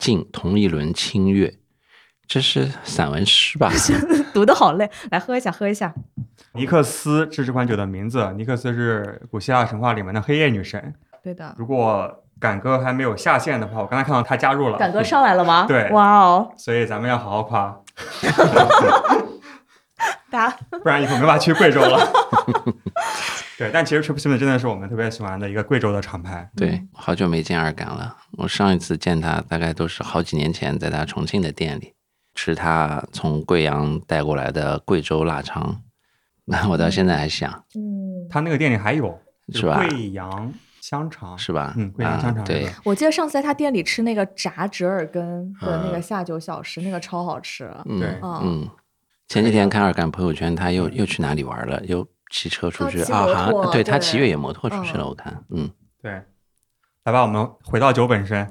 E: 敬同一轮清月。这是散文诗吧？
D: 读的好累，来喝一下，喝一下。
C: 尼克斯是这款酒的名字，尼克斯是古希腊神话里面的黑夜女神。
D: 对
F: 啊
D: 的，
C: 如果赶哥还没有下线的话，我刚才看到他加入了，
D: 赶哥上来了吗？
C: 对
D: 哇哦，
C: 所以咱们要好好夸，
D: 大家
C: 不然以后没法去贵州了。 对，但其实 Trip Simon 真的是我们特别喜欢的一个贵州的厂牌。
E: 对，好久没见二岗了。我上一次见他大概都是好几年前，在他重庆的店里吃他从贵阳带过来的贵州腊肠。那我到现在还想，
D: 嗯，
C: 他那个店里还有
E: 是吧
C: 就贵阳香肠
E: 是吧？
C: 嗯，贵阳
E: 啊
C: 香肠、
E: 对，，
D: 我记得上次在他店里吃那个炸折耳根的
F: 啊
D: 那个
E: 嗯
D: 下酒小吃，那个超好吃。
E: 嗯
C: 对嗯
E: 嗯。前几天看二岗朋友圈，他又又去哪里玩了？又骑车出去
D: 他骑
E: 啊？
D: 摩
E: 好
D: 托
E: 像对他
D: 对
E: 骑越野摩托出去了，
D: 嗯
E: 我看，嗯。
C: 对。来吧，我们回到酒本身。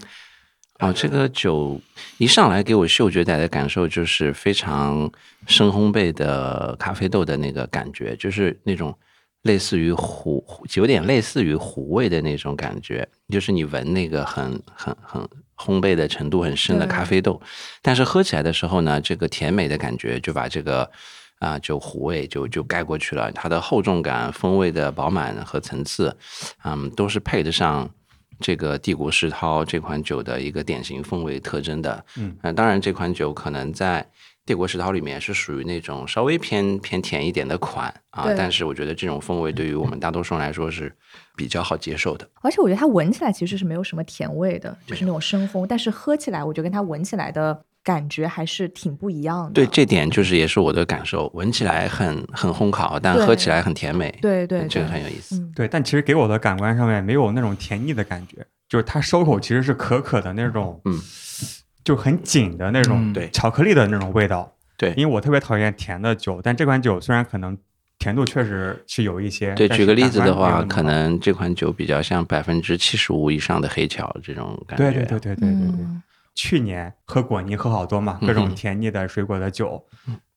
E: 哦，这个酒一上来给我嗅觉带来的感受就是非常深烘焙的咖啡豆的那个感觉，就是那种类似于糊，有点类似于糊味的那种感觉，就是你闻那个很很很烘焙的程度很深的
D: 对
E: 咖啡豆，但是喝起来的时候呢，这个甜美的感觉就把这个啊、就糊味就就盖过去了，它的厚重感、风味的饱满和层次，嗯，都是配得上这个帝国世涛这款酒的一个典型风味特征的。
C: 嗯
E: 呃，当然这款酒可能在帝国世涛里面是属于那种稍微偏偏甜一点的款啊
D: 对，
E: 但是我觉得这种风味对于我们大多数人来说是比较好接受的。
C: 嗯
D: 而且我觉得它闻起来其实是没有什么甜味的，就是那种深烘，但是喝起来，我觉得跟它闻起来的感觉还是挺不一样的。
E: 对，这点就是也是我的感受，闻起来很很烘烤，但
D: 对
E: 喝起来很甜美。
D: 对对
E: 这
D: 对
E: 个，很有意思。
D: 嗯，
C: 对，但其实给我的感官上面没有那种甜腻的感觉，就是它收口其实是可可的那种，
E: 嗯，
C: 就很紧的那种，
F: 嗯
E: 对
C: 巧克力的那种味道。
E: 对
C: 因为我特别讨厌甜的酒，但这款酒虽然可能甜度确实是有一些，
E: 对，
C: 但
E: 举
C: 是
E: 个例子
C: 感
E: 的
C: 官没有
E: 话，
C: 那么
E: 可能这款酒比较像百分之七十五以上的黑巧这种感觉。
C: 对对对对对对
D: 嗯
C: 对。去年喝果泥喝好多嘛，
E: 嗯
C: 各种甜腻的水果的酒，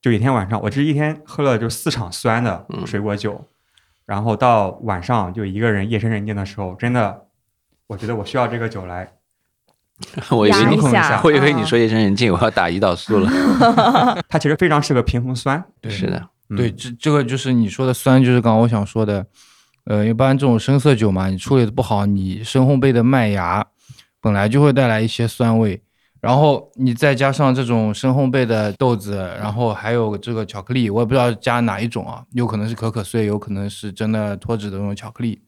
C: 就一天晚上我这一天喝了就四场酸的
E: 嗯
C: 水果酒，然后到晚上就一个人夜深人静的时候，真的，我觉得我需要这个酒来
E: 我以为
D: 压
E: 你
D: 一
C: 控制一
D: 下
C: 下，
E: 我以为
D: 嗯
E: 你说夜深人静，我要打胰 岛素了。
C: 它其实非常适合平衡酸。
F: 对
E: 是的，
C: 嗯
F: 对，这这个就是你说的酸，就是刚刚我想说的，呃，一般这种深色酒嘛，你处理的不好，你深烘焙的麦芽本来就会带来一些酸味，然后你再加上这种深烘焙的豆子，然后还有这个巧克力，我也不知道加哪一种啊，有可能是可可碎，有可能是真的脱脂的那种巧克力，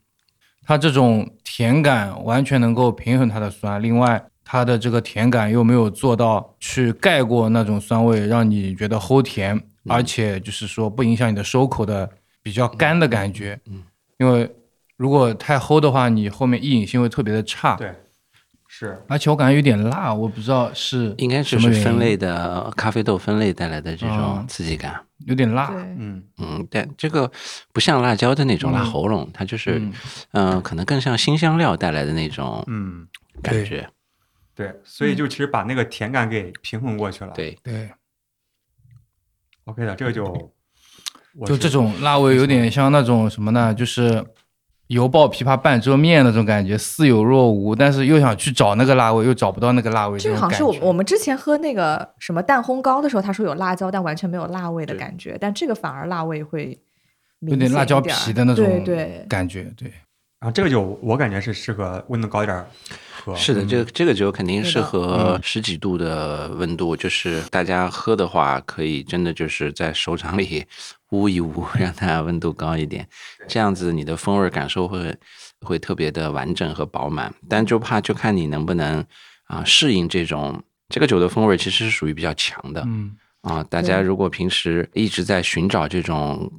F: 它这种甜感完全能够平衡它的酸，另外它的这个甜感又没有做到去盖过那种酸味，让你觉得齁甜，
E: 嗯
F: 而且就是说不影响你的收口的比较干的感觉。
E: 嗯嗯
F: 因为如果太齁的话，你后面易饮性会特别的差。
C: 对，是
F: 而且我感觉有点辣，我不知道是
E: 应该
F: 什
E: 就
F: 么原
E: 是
F: 因
E: 分类的咖啡豆分类带来的这种
F: 啊
E: 刺激感。
F: 有点辣，
D: 对，
C: 嗯
E: 嗯，但这个不像辣椒的那种辣喉咙，它就是，
F: 嗯
E: 嗯、可能更像新香料带来的那种
C: 嗯，
E: 感觉。
C: 对，所以就其实把那个甜感给平衡过去了。
E: 对，
F: 对，
C: ，OK 的，这个就我
F: 就是这种辣味有点像那种什么呢？就是油爆琵琶半遮面那种感觉，似有若无，但是又想去找那个辣味，又找不到那个辣味。
D: 这
F: 这
D: 个
F: 种
D: 好
F: 感
D: 像是
F: 觉。
D: 我我们之前喝那个什么蛋烘糕的时候，他说有辣椒，但完全没有辣味的感觉，但这个反而辣味会
F: 有
D: 明显
F: 点
D: 一
F: 辣椒
D: 点儿
F: 皮的那种
D: 对对，
F: 感觉，对，
C: 然后啊这个就我感觉是适合温度高一点儿喝。
E: 是的，这个这个酒肯定
D: 对
E: 适
D: 嗯的
E: 合十几度的温度，就是大家喝的话，可以真的就是在手掌里 捂一捂，让它温度高一点，这样子你的风味感受会会特别的完整和饱满。
D: 嗯
E: 但就怕就看你能不能啊、适应这种这个酒的风味，其实是属于比较强的。
F: 嗯，
E: 啊，大家
D: 对
E: 如果平时一直在寻找这种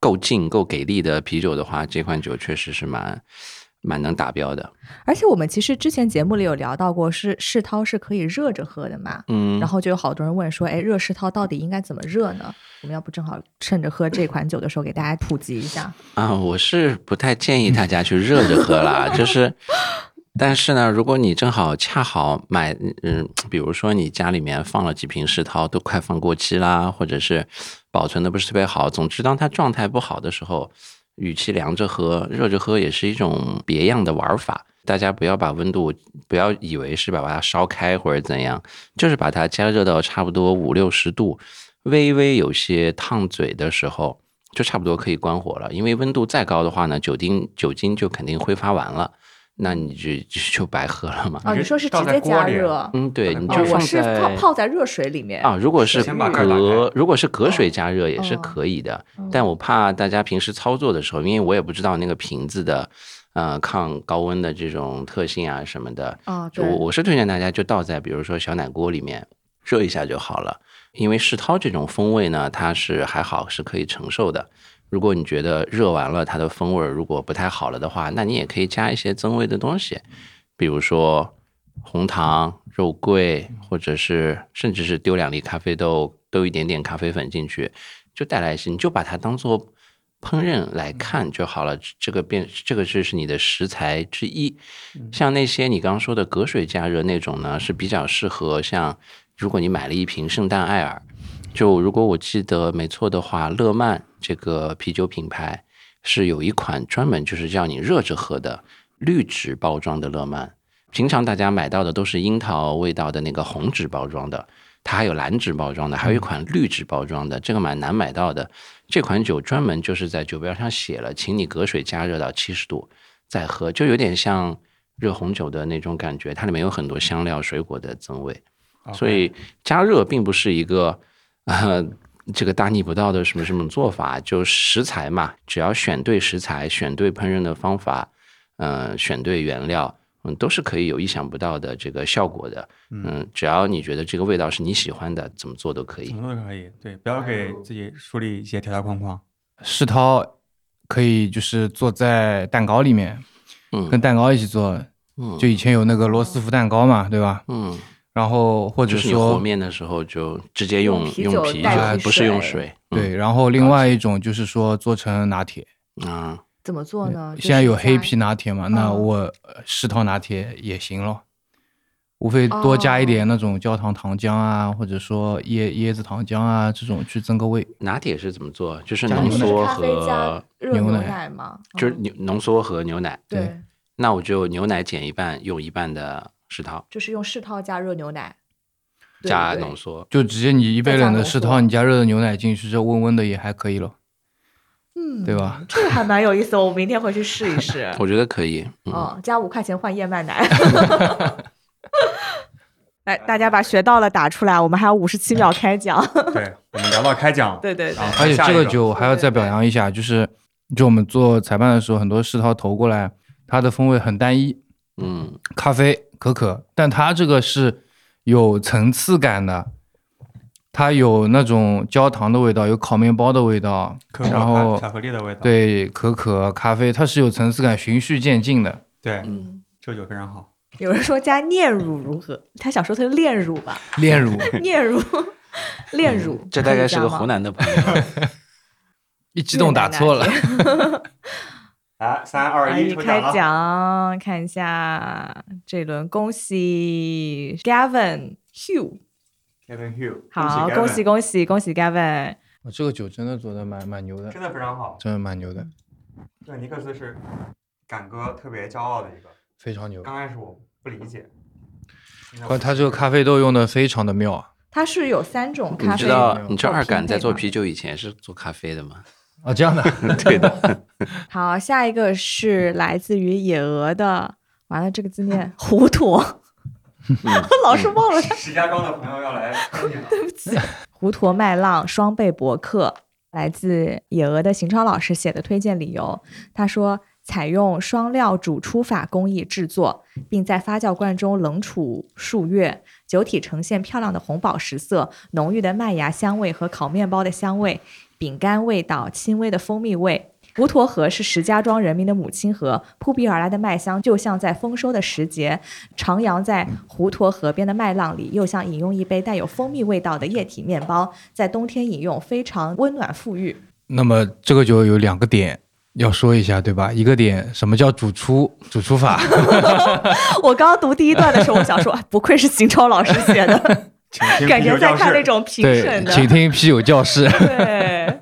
E: 够劲、够给力的啤酒的话，这款酒确实是蛮蛮能达标的。
D: 而且我们其实之前节目里有聊到过，是世涛是可以热着喝的嘛，
E: 嗯，
D: 然后就有好多人问说，哎，热世涛到底应该怎么热呢？我们要不正好趁着喝这款酒的时候给大家普及一下，
E: 啊，我是不太建议大家去热着喝啦，就是。但是呢，如果你正好恰好买，嗯，比如说你家里面放了几瓶世涛，都快放过期啦，或者是保存的不是特别好，总之当它状态不好的时候，与其凉着喝，热着喝也是一种别样的玩法。大家不要把温度，不要以为是把它烧开或者怎样，就是把它加热到差不多五六十度，微微有些烫嘴的时候，就差不多可以关火了。因为温度再高的话呢，酒精酒精就肯定挥发完了，那你就就就白喝了嘛。
D: 啊，
C: 你
D: 你
C: 是
D: 说是直
C: 倒在
D: 接
C: 锅
D: 加
C: 里
D: 热，
E: 嗯，对，你
D: 哦
E: 就
D: 我
E: 放
D: 是
E: 在
D: 泡泡在热水里面
E: 啊，如果是
C: 先把盖儿打
E: 隔
C: 开
E: 如果是隔水加热也是
D: 哦
E: 可以的，
D: 嗯
E: 但我怕大家平时操作的时候，因为我也不知道那个瓶子的呃抗高温的这种特性啊什么的，
D: 啊，
E: 就
D: 对，
E: 我我是推荐大家就倒在比如说小奶锅里面热一下就好了，因为世涛这种风味呢，它是还好是可以承受的。如果你觉得热完了它的风味儿如果不太好了的话，那你也可以加一些增味的东西，比如说红糖、肉桂，或者是甚至是丢两粒咖啡豆，丢一点点咖啡粉进去，就带来一些，你就把它当做烹饪来看就好了。这这个变这个就是你的食材之一。像那些你刚刚说的隔水加热那种呢，是比较适合像如果你买了一瓶哎圣诞艾尔，就如果我记得没错的话，乐曼这个啤酒品牌是有一款专门就是叫你热着喝的绿纸包装的乐曼。平常大家买到的都是樱桃味道的那个红纸包装的，它还有蓝纸包装的，还有一款绿纸包装的，这个蛮难买到的。这款酒专门就是在酒标上写了，请你隔水加热到七十度再喝，就有点像热红酒的那种感觉，它里面有很多香料、水果的增味。
C: OK
E: 所以加热并不是一个呃这个大逆不道的什么什么做法，就食材嘛，只要选对食材、选对烹饪的方法，呃，选对原料，嗯，都是可以有意想不到的这个效果的。嗯，只要你觉得这个味道是你喜欢的，怎么做都可以
C: 什。么都可以，对，不要给自己树立一些条条框框。
F: 世涛可以就是做在蛋糕里面，
E: 嗯
F: 跟蛋糕一起做，
E: 嗯，
F: 就以前有那个罗斯福蛋糕嘛，对吧？
E: 嗯，
F: 然后或者
E: 就是你和
F: 说
E: 面的时候就直接用
D: 用啤
E: 用
D: 酒
E: 啤酒嗯
D: 代，替
E: 不是用
D: 水
E: 水。
F: 对，然后另外一种就是说做成拿铁，
E: 嗯啊，
D: 怎么做呢？
F: 嗯
D: 就
F: 现在
D: 是
F: 有黑
D: 加
F: 啤拿铁嘛，那
D: 嗯
F: 我呃世涛拿铁也行咯，无非多加一
D: 哦
F: 点那种焦糖糖浆啊，或者说椰椰子糖浆啊这种去增个味。
E: 拿铁是怎么做？就是
F: 加
E: 浓
F: 牛奶
E: 缩
D: 咖啡加
E: 和
D: 热
F: 牛
D: 牛
F: 奶
D: 奶嘛，
E: 就是
D: 嗯
E: 牛浓缩和牛奶。
D: 对
F: 对，
E: 那我就牛奶减一半，用一半的世涛
D: 就是用世涛加热牛奶，对
E: 加
D: 对
E: 浓缩。
F: 就直接你一杯冷的世
D: 再加浓缩
F: 涛，你加热的牛奶进去，这温温的也还可以咯，
D: 嗯，
F: 对？吧？
D: 这个还蛮有意思的，我明天回去试一试。
E: 我觉得可以。 嗯，
D: 嗯，加五块钱换燕麦奶。 来，大家把学到了打出来，我们还有五十七秒开讲。
C: 对，我们聊到开讲，啊
D: 对对对
C: 然后
F: 而且
C: 下
F: 这
C: 一
F: 个
C: 个
F: 酒还要再表扬一下，就是就我们做裁判的时候，很多世涛投过来，它的风味很单一，
E: 嗯，
F: 咖啡、可可，但它这个是有层次感的，它有那种焦糖的味道，有烤面包的味道，
C: 可可
F: 然后
C: 巧克力的味道，
F: 对可可、咖啡，它是有层次感，循序渐进的。
C: 对，
D: 嗯，
C: 这个酒非常好。
D: 有人说加炼乳如何？他想说他是炼乳 吧，
F: 炼 乳
D: 炼乳，炼乳，
E: 嗯这大概是个
D: 可以加吗
E: 湖南的朋友，
F: 一激动打错了，
C: 来，三二一，抽奖
D: 哎
C: 啊
D: 开
C: 了。
D: 奖，看一下这轮，恭喜 Gavin Hugh，
C: Kevin Hugh，
D: 好，恭喜
C: Gavin
D: 恭喜恭喜 Gavin，
F: 哦这个酒真的做的蛮蛮牛的
C: 真，的非常好。
F: 真的蛮牛的，
C: 这个尼克斯是敢哥特别骄傲的一个。
F: 非常牛。
C: 刚开始我不理解，现在我
F: 关他这个咖啡豆用的非常的妙啊！
D: 它是有三种
E: 你
D: 咖啡
E: 嗯知
D: 豆
E: 道
D: 有
E: 你知道二杆在做
D: 匹配吗
E: 啤酒以前是做咖啡的吗？
F: 啊，这样的，
E: 对的，
D: 好，下一个是来自于野鹅的，完了这个字 念糊涂，
E: 嗯
D: 老是忘了它
C: 石家庄的朋友要来 抽奖了。
D: 胡驼麦浪双倍博客，来自野鹅的邢超老师写的推荐理由。他说，采用双料煮出法工艺制作，并在发酵罐中冷储数月，酒体呈现漂亮的红宝石色，浓郁的麦芽香味和烤面包的香味，饼干味道，轻微的蜂蜜味。胡驼河是石家庄人民的母亲河，扑鼻而来的麦香就像在丰收的时节，徜徉在胡沱河边的麦浪里，又像饮用一杯带有蜂蜜味道的液体面包，在冬天饮用非常温暖馥郁。
F: 那么这个酒有两个点要说一下，对吧？一个点，什么叫煮出煮出法？
D: 我刚读第一段的时候，我想说， 哎不愧是邢超 老师写的，
C: 请听
D: 感
C: 啤
D: 觉
C: 酒
D: 在
C: 教
D: 看
C: 室
D: 那种评
F: 对
D: 审，的。
F: 请听啤酒教室。
D: 对，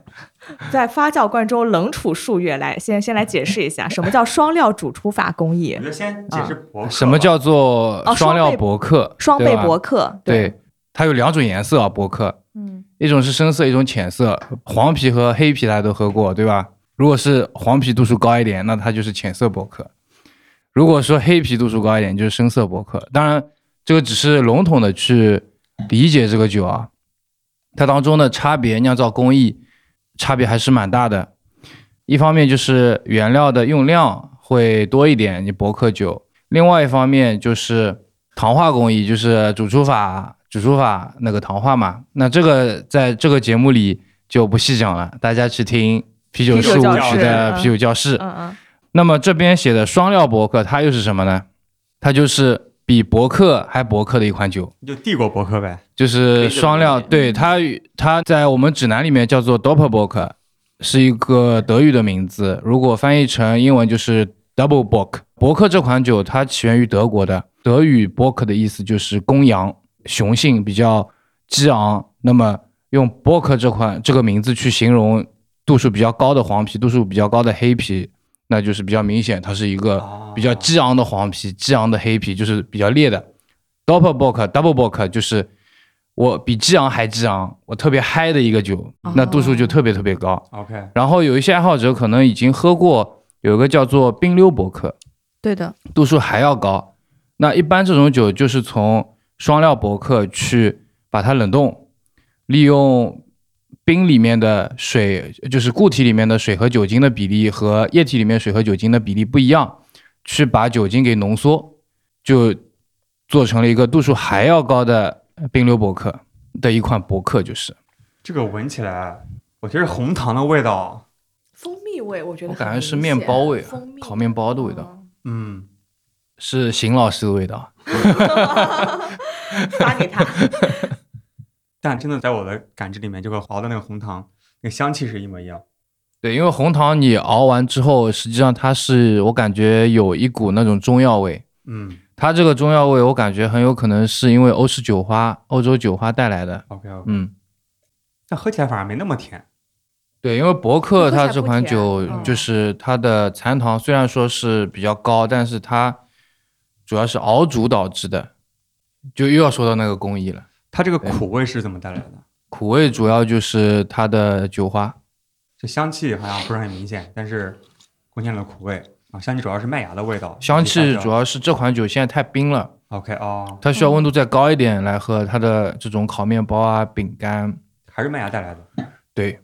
D: 在发酵罐中冷储数月来，先先来解释一下什么叫双料煮出法工艺
F: 嗯
C: 我。就先解释博客吧
F: 啊什么叫做
D: 哦
F: 双料
D: 双倍
F: 博客？
D: 双倍
F: 对吧
D: 博客，
F: 对，它有两种颜色啊，博客，
D: 嗯，
F: 一种是深色，一种浅色。黄皮和黑皮大家都喝过，对吧？如果是黄皮度数高一点，那它就是浅色博客；如果说黑皮度数高一点，就是深色博客。当然，这个只是笼统的去理解这个酒啊，它当中的差别酿造工艺差别还是蛮大的。一方面就是原料的用量会多一点，你博客酒；另外一方面就是糖化工艺，就是煮出法、煮出法那个糖化嘛。那这个在这个节目里就不细讲了，大家去听啤酒
D: 啤酒
F: 事务
D: 教
F: 局
C: 室
F: 的
D: 嗯
F: 啤酒教室。
D: 嗯嗯，
F: 那么这边写的双料博客，它又是什么呢？它就是比博客还博客的一款酒，
C: 就帝国博客呗。
F: 就是双料。
E: 推荐的
F: 对它，它在我们指南里面叫做 Doppelbock，是一个德语的名字，如果翻译成英文就是 Double Bock。博客这款酒它起源于德国的，德语 Bock 的意思就是公羊，雄性比较激昂。那么用 Bock 这款这个名字去形容度数比较高的黄皮，度数比较高的黑皮，那就是比较明显，它是一个
C: 哦
F: 比较激昂的黄皮，激昂的黑皮就是比较烈的。Double Bock、Double Bock 就是我比激昂还激昂，我特别嗨的一个酒，那度数就特别特别高。
C: 啊 OK，
F: 然后有一些爱好者可能已经喝过，有一个叫做冰溜伯克，
D: 对的，
F: 度数还要高。那一般这种酒就是从双料伯克去把它冷冻，利用冰里面的水，就是固体里面的水和酒精的比例和液体里面水和酒精的比例不一样，去把酒精给浓缩，就做成了一个度数还要高的冰溜伯克的一款伯克，就是
C: 这个闻起来，我觉得是红糖的味道。
D: 蜂蜜味，我觉得
F: 我感
D: 很
F: 觉是
D: 明
F: 面
D: 显
F: 包味啊
D: 蜂蜜
F: 烤面包的味道
D: 嗯
C: 嗯，
F: 是邢老师的味道。
D: 发给他。
C: 但真的在我的感知里面，这个熬的那个红糖，那个香气是一模一样。
F: 对，因为红糖你熬完之后，实际上它是我感觉有一股那种中药味。
C: 嗯
F: 它这个中药味，我感觉很有可能是因为欧式酒花、欧洲酒花带来的。
C: ，OK OK，
F: 嗯，
C: 但喝起来反而没那么甜。
F: 对，因为博客
D: 不会
F: 它
D: 太
F: 这
D: 不
F: 款
D: 甜
F: 酒
D: 嗯
F: 就是它的残糖虽然说是比较高，但是它主要是熬煮导致的，就又要说到那个工艺了。
C: 它这个苦味是怎么带来的？
F: 苦味主要就是它的酒花，
C: 这香气好像不是很明显，但是贡献了苦味啊。香气主要是麦芽的味道，
F: 香气主
C: 要。
F: 要是这款酒现在太冰了，
C: OK 哦，
F: 它需要温度再高一点来喝它的这种烤面包啊、饼干。
C: 还是麦芽带来的。
F: 对，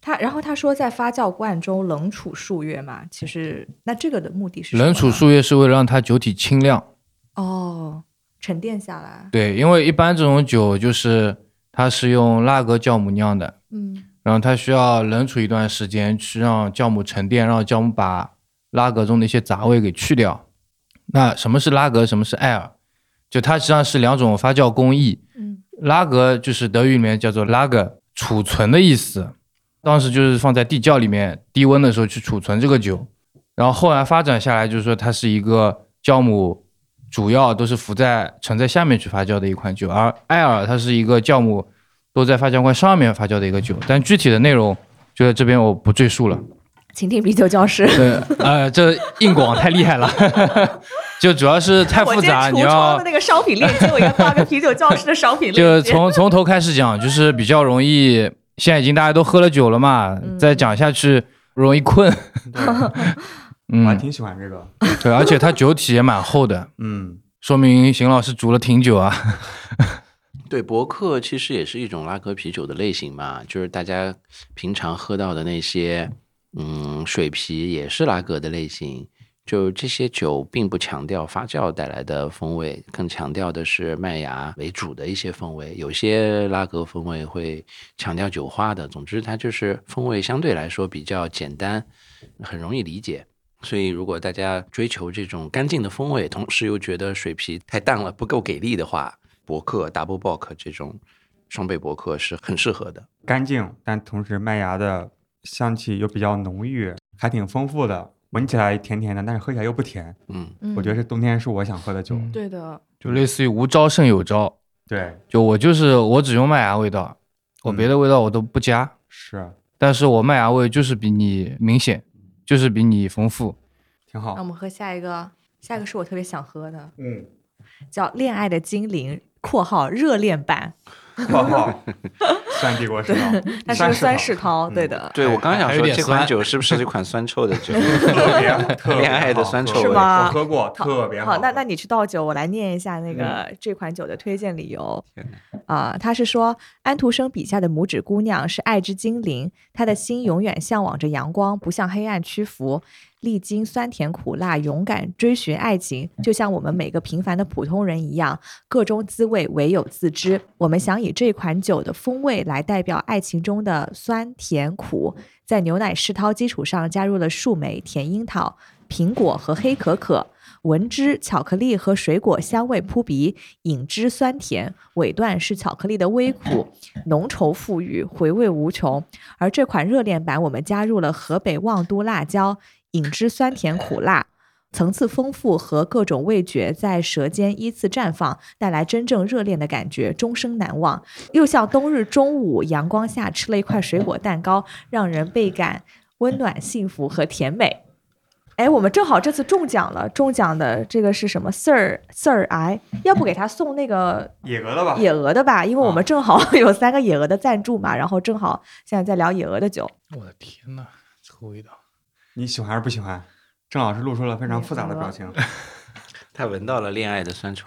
D: 他然后他说在发酵罐中冷储数月嘛，其实那这个的目的是什么
F: 冷储
D: 呢
F: 树叶是为了让它酒体清亮。
D: 哦，沉淀下来。
F: 对，因为一般这种酒就是它是用拉格酵母酿的，
D: 嗯，
F: 然后它需要冷储一段时间，去让酵母沉淀，让酵母把拉格中的一些杂味给去掉。那什么是拉格，什么是艾尔？就它实际上是两种发酵工艺。
D: 嗯
F: 拉格就是德语里面叫做 Lager，储存的意思。当时就是放在地窖里面低温的时候去储存这个酒，然后后来发展下来就是说它是一个酵母主要都是浮在沉在下面去发酵的一款酒，而艾尔它是一个酵母都在发酵罐上面发酵的一个酒，但具体的内容就在这边我不赘述了。
D: 请听啤酒教室。
F: 对，呃，这硬广太厉害了， 就主要是 太
D: 我
F: 复
D: 今天
F: 杂，
D: 橱
F: 你
D: 窗
F: 要
D: 的那个商品链接，我应该挂个啤酒教室的商 品
F: 就
D: 链接。
F: 从从头开始讲，就是比较容易。现在已经大家都喝了酒了嘛，再讲下去容易困。
C: 我还
F: 嗯，
C: 挺喜欢这个。
F: 对，而且它酒体也蛮厚的，
C: 嗯，
F: 说明邢老师煮了挺久啊。
E: 对，伯克其实也是一种拉格啤酒的类型嘛，就是大家平常喝到的那些，嗯，水啤也是拉格的类型。就这些酒并不强调发酵带来的风味，更强调的是麦芽为主的一些风味。有些拉格风味会强调酒花的，总之它就是风味相对来说比较简单，很容易理解。所以，如果大家追求这种干净的风味，同时又觉得水皮太淡了，不够给力的话，伯克 Double Bock 这种双倍伯克是很适合的。
C: 干净，但同时麦芽的香气又比较浓郁，还挺丰富的。闻起来甜甜的，但是喝起来又不甜。
E: 嗯，
D: 嗯
C: 我觉得是冬天是我想喝的酒。
F: 嗯
D: 对的，
F: 就类似于无招胜有招，
C: 对，
F: 就我就是我只用麦芽味道，我别的味道我都不加，
C: 是
F: 但是我麦芽味就是比你明显，就是比你丰富。
C: 挺
D: 那我
C: 好。
D: 们喝下一个，下一个是我特别想喝的，
C: 嗯，
D: 叫《恋爱的精灵》（括号热恋版
C: 泡泡酸帝国石膏，），
D: 它是个酸
C: 石
D: 世
C: 头
D: 涛，
C: 嗯
D: 对的，
E: 对我刚想
F: 还有
E: 说
F: 点
E: 这款
F: 酸
E: 酒是不是一款酸 臭的酒？
C: 特 别特别
E: 恋爱的
C: 好
E: 酸
C: 喝
E: 臭
D: 是味吗
C: 我喝过，特别
D: 好，那那
C: 喝
D: 你去倒酒，我来念一下那个、这款酒的推荐理由。啊、他是说安徒生笔下的拇指姑娘是爱之精灵，她的心永远向往着阳光，不向黑暗屈服，历经酸甜苦辣，勇敢追寻爱情，就像我们每个平凡的普通人一样，各中滋味唯有自知。我们想以这款酒的风味来代表爱情中的酸甜苦，在牛奶世涛基础上加入了树莓、甜樱桃、苹果和黑可可。闻之，巧克力和水果香味扑鼻；饮之，酸甜；尾段是巧克力的微苦，浓稠馥郁，回味无穷。而这款热恋版，我们加入了河北望都辣椒，饮之酸甜苦辣，层次丰富和各种味觉在舌尖依次绽放，带来真正热恋的感觉，终生难忘。又像冬日中午阳光下吃了一块水果蛋糕，让人倍感温暖、幸福和甜美。哎，我们正好这次中奖了，中奖的这个是什么？Sir Sir I，要不给他送那个
C: 野鹅
E: 啊
C: 的吧？
D: 野鹅的吧，因为我们正好 有三个野鹅的赞助嘛，然后正好现在在聊野鹅的酒，
F: 我的天呐，这个味道！
C: 你喜欢还是不喜欢？郑老师露出了非常复杂的表情。
E: 他闻到了恋爱的酸臭。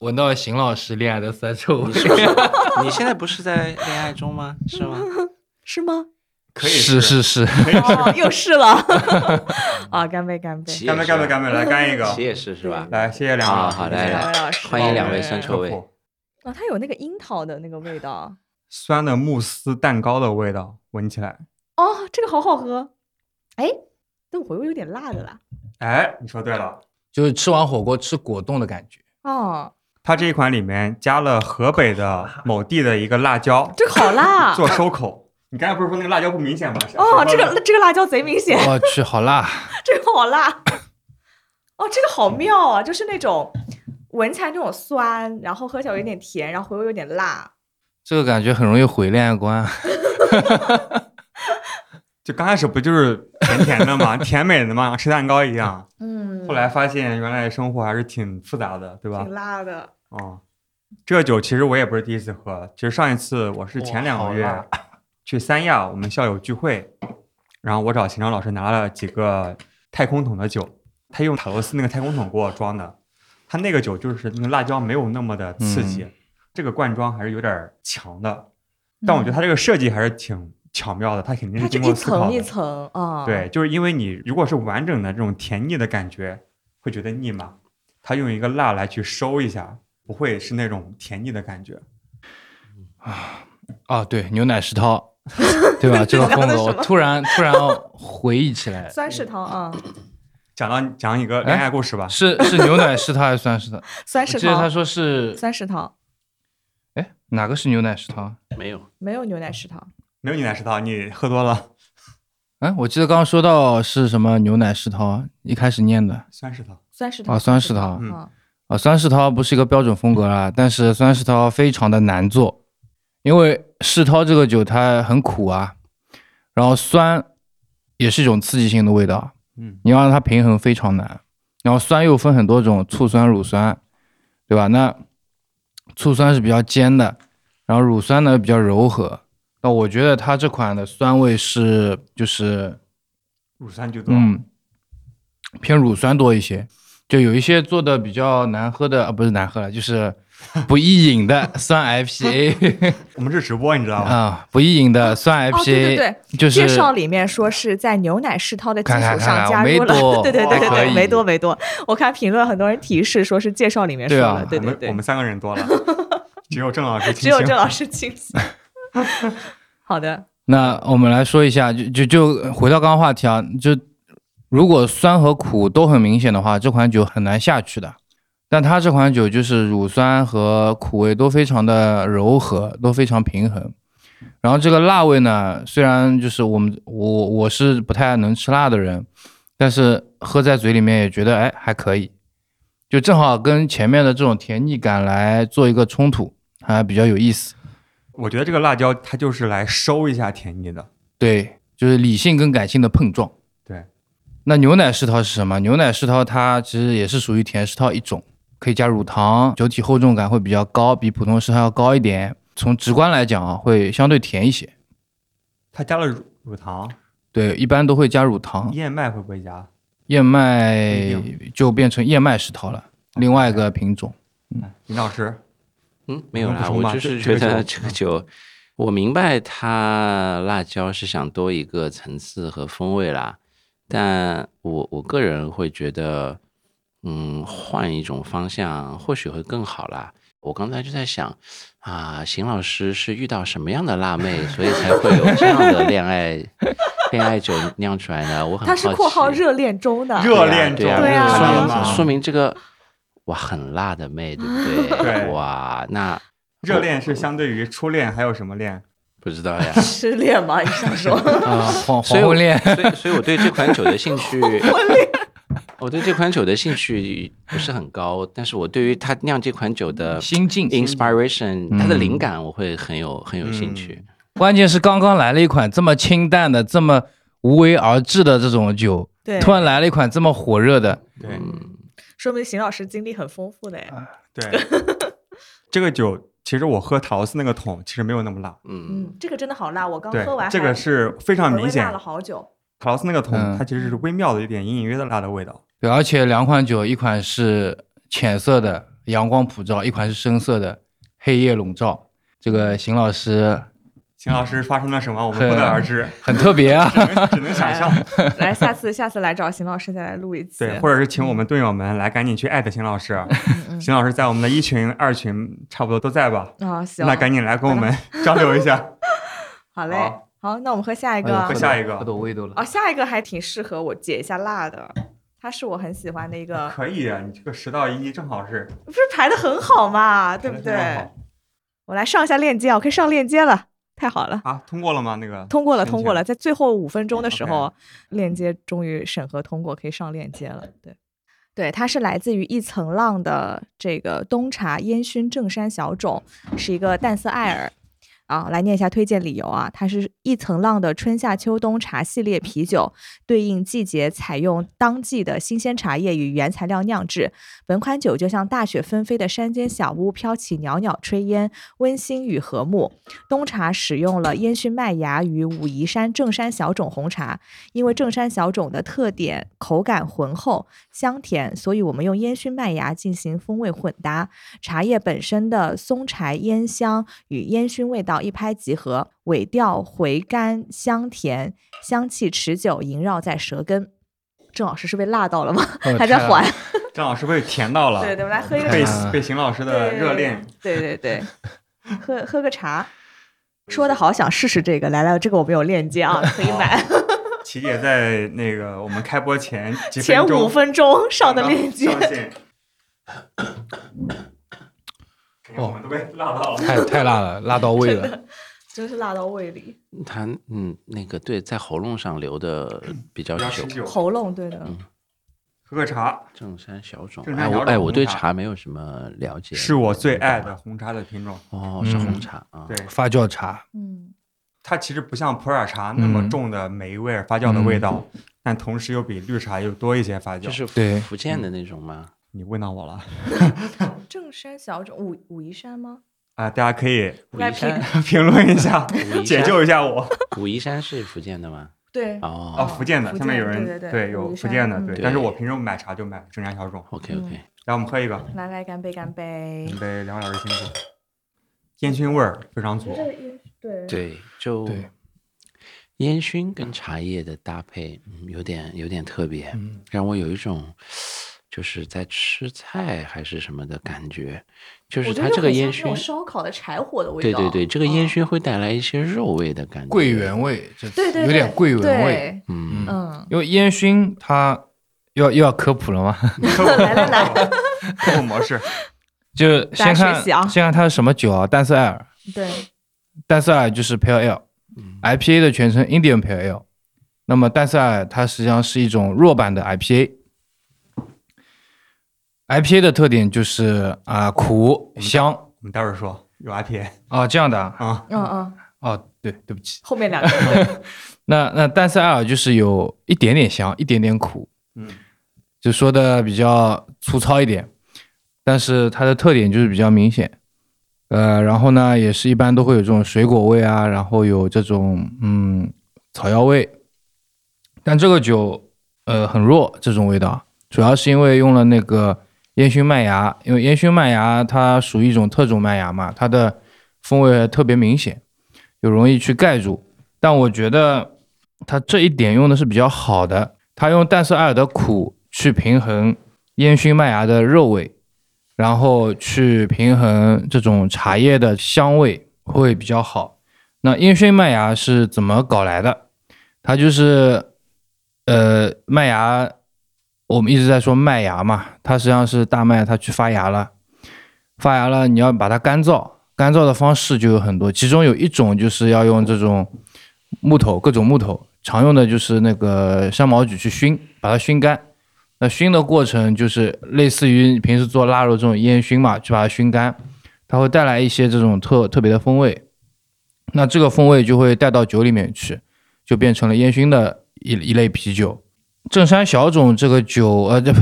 F: 闻到了邢老师恋爱的酸臭
E: 你
F: 味。
E: 是不是 你现在不是在恋爱中吗？是吗？
D: 是吗？
C: 可 以
F: 是
C: 是
F: 是是，
D: 哦，又是了， 啊，干杯干杯！
E: 齐也
C: 干杯干杯
E: 是，
C: 干杯，来干一个
E: 齐！也是是吧？
C: 来，谢谢梁
E: 好
C: 老师，
E: 啊好
D: 谢谢
E: 来
D: 两位老师，
E: 欢迎两位酸
D: 山
E: 臭位
C: 科普
D: 哦，它有那个樱桃的那个味道，
C: 酸的慕斯蛋糕的味道，闻起来，
D: 哦，这个好好喝，哎，但我又有点辣的啦，
C: 哎，你说对了，
F: 就是吃完火锅吃果冻的感觉。
D: 哦，
C: 它这一款里面加了河北的某地的一个辣椒
D: 这个好辣，
C: 做收口。你刚才不是说那个辣椒不明显吗？
D: 哦，这个这个辣椒贼明显，
F: 我去，好辣！
D: 这个好辣， 哦，这个好妙啊，就是那种闻起来那种酸，然后喝起来有点甜，然后回味有点辣，
F: 这个感觉很容易毁恋爱观。
C: 就刚开始不就是甜甜的吗？甜美的嘛， 吃蛋糕一样。
D: 嗯，
C: 后来发现原来生活还是挺复杂的，对吧
D: 挺？辣的，
C: 哦，这个酒其实我也不是第一次喝，其实上一次我是前两
F: 哇
C: 个
F: 好
C: 月
F: 辣
C: 去三亚，我们校友聚会，然后我找秦章老师拿了几个太空桶的酒，他用塔罗斯那个太空桶给我装的，他那个酒就是那个辣椒没有那么的刺激，这个罐装还是有点强的，但我觉得它这个设计还是挺巧妙的，它肯定
D: 嗯它
C: 是
D: 这
C: 经
D: 一
C: 过思考
D: 层一
C: 的。
D: 层啊，
C: 对，就是因为你如果是完整的这种甜腻的感觉，会觉得腻嘛。它用一个辣来去收一下，不会是那种甜腻的感觉。
F: 啊，对，牛奶石 涛，对吧？这个风
D: 你
F: 格，
D: 聊的什
F: 我
D: 么
F: 突然突然回忆起来，
D: 酸世涛啊，
C: 讲到讲一个恋爱故事吧。
F: 是是牛奶是它还是酸 是它？
D: 酸
F: 我
D: 石
F: 记得他
D: 桃，
F: 说是，
D: 酸石桃
F: 哎，哪个是牛奶啊是它？
E: 没有，
D: 没有牛奶石桃，
C: 没有牛奶食堂，你喝多了
F: 哎，我记得刚刚说到是什么牛奶是它，一开始念的
C: 酸食堂。
D: 酸石桃
F: 啊，酸是它
C: 嗯
D: 嗯，
F: 啊，酸是它不是一个标准风格啦，但是酸是它非常的难做，因为世涛这个酒它很苦啊，然后酸也是一种刺激性的味道，
C: 嗯
F: 你要让它平衡非常难。然后酸又分很多种，醋酸、乳酸，对吧？那醋酸是比较尖的，然后乳酸呢比较柔和。那我觉得它这款的酸味是就是
C: 乳酸居多。
F: 嗯，偏乳酸多一些。就有一些做的比较难喝的，啊，不是难喝了，就是不易饮的酸 IPA
C: 我们是直播，你知道吗？
F: 啊，不易饮的酸 IPA，、
D: 哦，对对对，
F: 就是
D: 介绍里面说是在牛奶世涛的基础
F: 看看看
D: 上
F: 看
D: 加入
F: 梅
D: 了，
F: 多
D: 对对对对
C: 可
D: 对，
F: 以
D: 梅多梅多。我看评论很多人提示说是介绍里面说
F: 对啊
D: 的，对
C: 我
D: 对
C: 们
D: 对
C: 我们三个人多 了，只有郑老师清
D: 只有
C: 醒
D: 郑老师 清醒。好的，
F: 那我们来说一下，就就就回到刚刚话题啊，就如果酸和苦都很明显的话，这款酒很难下去的。但它这款酒就是乳酸和苦味都非常的柔和，都非常平衡。然后这个辣味呢，虽然就是我们我我是不太能吃辣的人，但是喝在嘴里面也觉得哎还可以，就正好跟前面的这种甜腻感来做一个冲突，还比较有意思。
C: 我觉得这个辣椒它就是来收一下甜腻的。
F: 对，就是理性跟感性的碰撞。
C: 对，
F: 那牛奶世涛是什么？牛奶世涛它其实也是属于甜世涛一种，可以加乳糖，酒体厚重感会比较高，比普通世涛要高一点。从直观来讲啊，会相对甜一些。
C: 它加了乳乳糖，
F: 对，一般都会加乳糖，
C: 燕麦会不会加？
F: 燕麦
C: 不一
F: 就变成燕麦世涛了，另外一个品种。
C: 尹老师，
E: 嗯，没有
C: 能补
E: 啦，
C: 充
E: 我
C: 吗
E: 就
C: 这
E: 是
C: 这
E: 觉
C: 个
E: 得
C: 酒嗯
E: 这个酒，我明白它辣椒是想多一个层次和风味啦，但我我个人会觉得，嗯，换一种方向或许会更好啦。我刚才就在想，啊，邢老师是遇到什么样的辣妹，所以才会有这样的恋 爱恋爱酒酿出来呢？我很
D: 他是括号
E: 奇
D: 热恋中的，
C: 热恋
E: 对啊，
D: 中对啊
E: 说
D: 看
E: 明
D: 到了吗
E: 说明这个哇很辣的妹，对不对？
C: 对
E: 哇，那
C: 热恋是相对于初恋还有什么恋？
E: 不知道呀。
D: 失恋吗？你想说？
F: 啊，黄
E: 所
F: 黄
E: 以我嗯
F: 昏恋，
E: 所以所以我对这款酒的兴趣，我对这款酒的兴趣不是很高，但是我对于他酿这款酒的
F: 心境。
E: inspiration，它的
F: 嗯
E: 灵感我会很有很有兴趣。
F: 关键是刚刚来了一款这么清淡的、这么无为而治的这种酒，
D: 对，
F: 突然来了一款这么火热的，
C: 嗯
E: 嗯
C: 对
D: 说明邢老师经历很丰富的哎。
C: 嗯对，这个酒其实我喝陶斯那个桶其实没有那么辣，
E: 嗯，
D: 嗯，这个真的好辣，我刚
C: 对
D: 喝完，
C: 这个
D: 还
C: 是非常
D: 微微
C: 明显
D: 辣了。好久。
C: 陶斯那个桶
F: 嗯
C: 它其实是微妙的一点隐隐约的辣的味道。
F: 对，而且两款酒，一款是浅色的阳光普照，一款是深色的黑夜笼罩。这个邢老师
C: 秦老师发生了什么，我们不得而知，
F: 很特别啊，
C: 只 能只能想象。
D: 来，下次 下次来找邢老师再来录一期。
C: 对，或者是请我们队友们来赶紧去艾特秦老师，啊
D: 嗯
C: 秦老师在我们的一群、二群差不多都在吧？
D: 啊，行，
C: 那赶紧来跟我 们交流一下。
D: 好嘞
C: 好，
D: 好，那我们喝下一个
F: 哎呦
D: 啊。
C: 喝下一个
F: 喝到味道了
D: 哦，。下一个还挺适合我解一下辣的，它是我很喜欢的一个，
C: 可以啊，你这个十到一正好是，
D: 不是排的很好嘛，对不
C: 非常
D: 对
C: 好？
D: 我来上一下链接啊，我可以上链接了，太好了。
C: 啊，通过了吗？那个
D: 通过了，
C: 申
D: 通过
C: 请
D: 了，在最后五分钟的时候，链接终于审核通过，可以上链接了。对，对，它是来自于一层浪的这个冬茶烟熏正山小种，是一个淡色艾尔。啊，来念一下推荐理由啊，它是一层浪的春夏秋冬茶系列啤酒，对应季节采用当季的新鲜茶叶与原材料酿制。本款酒就像大雪纷飞的山间小屋，飘起袅袅炊烟，温馨与和睦。冬茶使用了烟熏麦芽与武夷山正山小种红茶，因为正山小种的特点口感浑厚香甜，所以我们用烟熏麦芽进行风味混搭。茶叶本身的松柴烟香与烟熏味道一拍即合，尾调回甘香甜，香气持久萦绕在舌根。郑老师是被辣到了吗？
F: 哦
D: 还在
F: 太辣
D: 还？
C: 郑老师被甜到了，
D: 对对，我们来喝一个
C: 被
D: 茶。
F: 茶
C: 被邢老师的热恋，
D: 对对 对，喝喝个茶。说的好想试试这个，来来，这个我们有链接啊，可以买。
C: 琪姐在那个我们开播前几
D: 前
C: 钟
D: 五分钟上的
C: 刚
D: 链接，
C: 上 线。哎呀我们都被辣到了。
F: 太太辣了，辣到胃了。
D: 真是辣到胃里，
E: 它嗯，那个对，在喉咙上留的比较
C: 要
E: 久
C: 持。久，
D: 喉咙对的，
C: 喝个茶
E: 正山小种，
C: 正山
E: 哎我
C: 小种
E: 哎我对
C: 红茶
E: 茶没有什么了解，
C: 是我最爱的红茶的品种。
E: 哦，是
F: 嗯
E: 红茶啊，
C: 对，
F: 发酵茶，
D: 嗯，
C: 它其实不像普洱茶那么
F: 嗯
C: 重的霉味儿、发酵的味道，但同时又比绿茶又多一些发酵。
E: 就是福
F: 对
E: 福建的那种吗？
C: 你问到我了
D: 嗯正山小种武武夷山吗？
C: 啊，大家可以
E: 武
D: 来
E: 夷山，
C: 评论一 下，啊
E: 武夷
C: 解
E: 山，
C: 救一下我。
E: 武夷山是福建的吗？
D: 对，
C: 啊，
E: 哦
C: 福建的，
D: 福
C: 下面有
D: 建
C: 人
D: 对对对武
C: 有
D: 夷
C: 福建的，
D: 山
C: 对
E: 嗯。
C: 但是我平时买茶就买正山小种。
E: ，OK OK，
C: 来，我们喝一个，
D: 来来干杯干杯
E: 嗯
C: 准，备两个小时辛苦。烟熏味儿非常足，
D: 对
E: 对，
D: 哦
E: 就
F: 对
E: 烟熏
D: 嗯
E: 跟茶叶的搭配，嗯有点有点特别，
F: 嗯
E: 让我有一种就是在吃菜还是什么的感觉，就是
D: 我觉得
E: 它这
D: 就
E: 个
D: 很像
E: 烟
D: 那
E: 熏
D: 种，烧烤的柴火的味
E: 对
D: 道，
E: 对对，这个烟
D: 嗯，
E: 熏会带来一些肉味的感觉，
F: 桂圆，味，这
D: 对对，
F: 有点
D: 对
F: 桂圆味。
D: 对
E: 嗯，
D: 嗯，
F: 因为烟熏它又要又要科普了嘛，
D: 来来来，
C: 客户模式，
F: 就
D: 大
F: 先
D: 家学
F: 看
D: 习啊
F: 先看它是什么酒啊，淡色艾尔，
D: 对，
F: 淡色艾尔就是 Pale
E: 嗯
F: Ale，IPA 的全称 Indian Pale Ale。那么淡色艾尔它实际上是一种弱版的 IPA。IPA 的特点就是啊、苦香
C: 我们待会儿说有 IPA
F: 啊、这样的啊
C: 啊，
D: 嗯嗯，
F: 哦对对不起，
D: 后面两个对
F: 那那淡色艾尔就是有一点点香，一点点苦，
C: 嗯，
F: 就说的比较粗糙一点，但是它的特点就是比较明显。呃，然后呢，也是一般都会有这种水果味啊，然后有这种嗯草药味，但这个酒呃很弱这种味道，主要是因为用了那个烟熏麦芽，因为烟熏麦芽它属于一种特种麦芽嘛，它的风味特别明显，就容易去盖住。但我觉得它这一点用的是比较好的，它用淡色艾尔的苦去平衡烟熏麦芽的肉味，然后去平衡这种茶叶的香味会比较好。那烟熏麦芽是怎么搞来的？它就是呃麦芽，我们一直在说麦芽嘛，它实际上是大麦它去发芽了，发芽了你要把它干燥，干燥的方式就有很多，其中有一种就是要用这种木头，各种木头，常用的就是那个香茅菊去熏，把它熏干。那熏的过程就是类似于你平时做腊肉这种烟熏嘛，去把它熏干，它会带来一些这种特特别的风味。那这个风味就会带到酒里面去，就变成了烟熏的一一类啤酒。正山小种这个酒，呃， 这不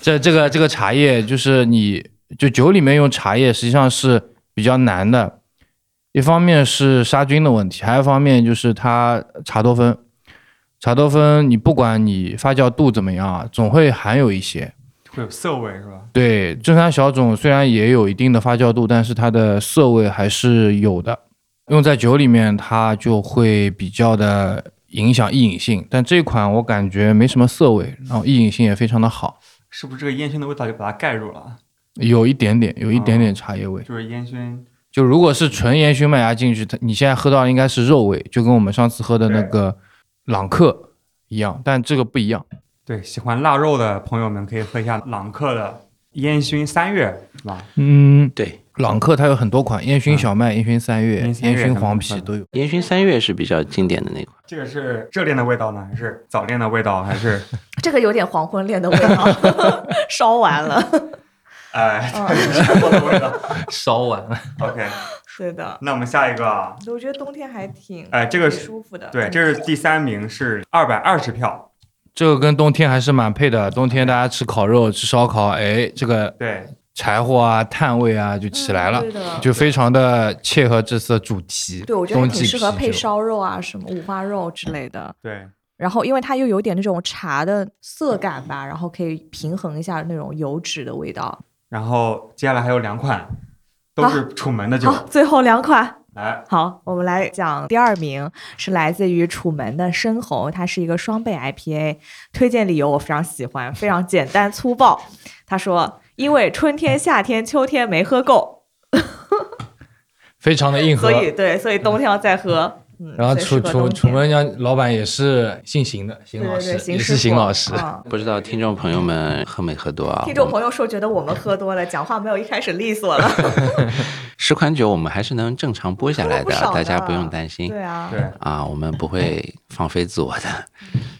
F: 这这个这个茶叶，就是你就酒里面用茶叶，实际上是比较难的。一方面是杀菌的问题，还有一方面就是它茶多酚。茶多酚，你不管你发酵度怎么样啊，总会含有一些。
C: 会有涩味是吧？
F: 对，正山小种虽然也有一定的发酵度，但是它的涩味还是有的。用在酒里面，它就会比较的影响易饮性。但这款我感觉没什么涩味，然后易饮性也非常的好，
C: 是不是这个烟熏的味道就把它盖住了？啊
F: 有一点点，有一点点茶叶味。
C: 就是烟熏
F: 就如果是纯烟熏麦芽进去，它你现在喝到的应该是肉味，就跟我们上次喝的那个朗克一样，但这个不一样。
C: 对，喜欢腊肉的朋友们可以喝一下朗克的烟熏三月，是吧？
F: 嗯，
E: 对，
F: 朗克它有很多款，烟熏小麦、烟熏三月、
C: 烟
F: 烟
C: 熏三月
F: 熏黄皮
C: 什么嗯
F: 都有。
E: 烟熏三月是比较经典的那款，
C: 这个是热恋的味道呢，还是早恋的味道，还是
D: 这个有点黄昏恋的味道， 烧完了，
C: 哎
D: 嗯，
C: 生活的味道
F: 烧完了，
C: ？OK，
D: 是的，
C: 那我们下一个啊，
D: 我觉得冬天还挺
C: 哎这个
D: 挺
C: 是
D: 舒服的，嗯
C: 对，这是第三名，是二百二十票，
F: 这个跟冬天还是蛮配的。冬天大家吃烤肉、吃烧烤，哎，这个
C: 对，
F: 柴火啊、炭味啊就
D: 嗯
F: 起来了，
D: 对的，
F: 就非常的切合这次的主题。
D: 对我觉得还
F: 冬季
D: 挺适合
F: 啤
D: 配
F: 酒。
D: 烧肉啊，什么五花肉之类的。
C: 对，
D: 然后，因为它又有点那种茶的涩感吧，然后可以平衡一下那种油脂的味道。
C: 然后接下来还有两款，
D: 啊
C: 都是楚门的酒，
D: 好，最后两款，
C: 来，
D: 好，我们来讲第二名是来自于楚门的深红，它是一个双倍 IPA。推荐理由我非常喜欢，非常简单粗暴。他说，因为春天、夏天、秋天没喝够，
F: 非常的硬核
D: 所。以对，所以冬天要再喝。嗯，
F: 然后
D: 所以
F: 楚
D: 适
F: 楚
D: 合冬
F: 楚
D: 天
F: 门江老板也是姓邢的，邢
D: 对
F: 老
D: 对
F: 师
D: 对，邢
F: 也是
D: 师
F: 邢
D: 傅
F: 老师。啊
D: 嗯
E: 不知道听众朋友们喝没喝多啊？
D: 听众
E: 我
D: 朋友说觉得我们喝多了，讲话没有一开始利索了，
E: 十款酒我们还是能正常播下
D: 喝
E: 来
D: 了不少
E: 大家
D: 呢
E: 不用担
F: 嗯
E: 心
D: 对啊，
C: 对，
E: 啊，我们不会放飞自我的。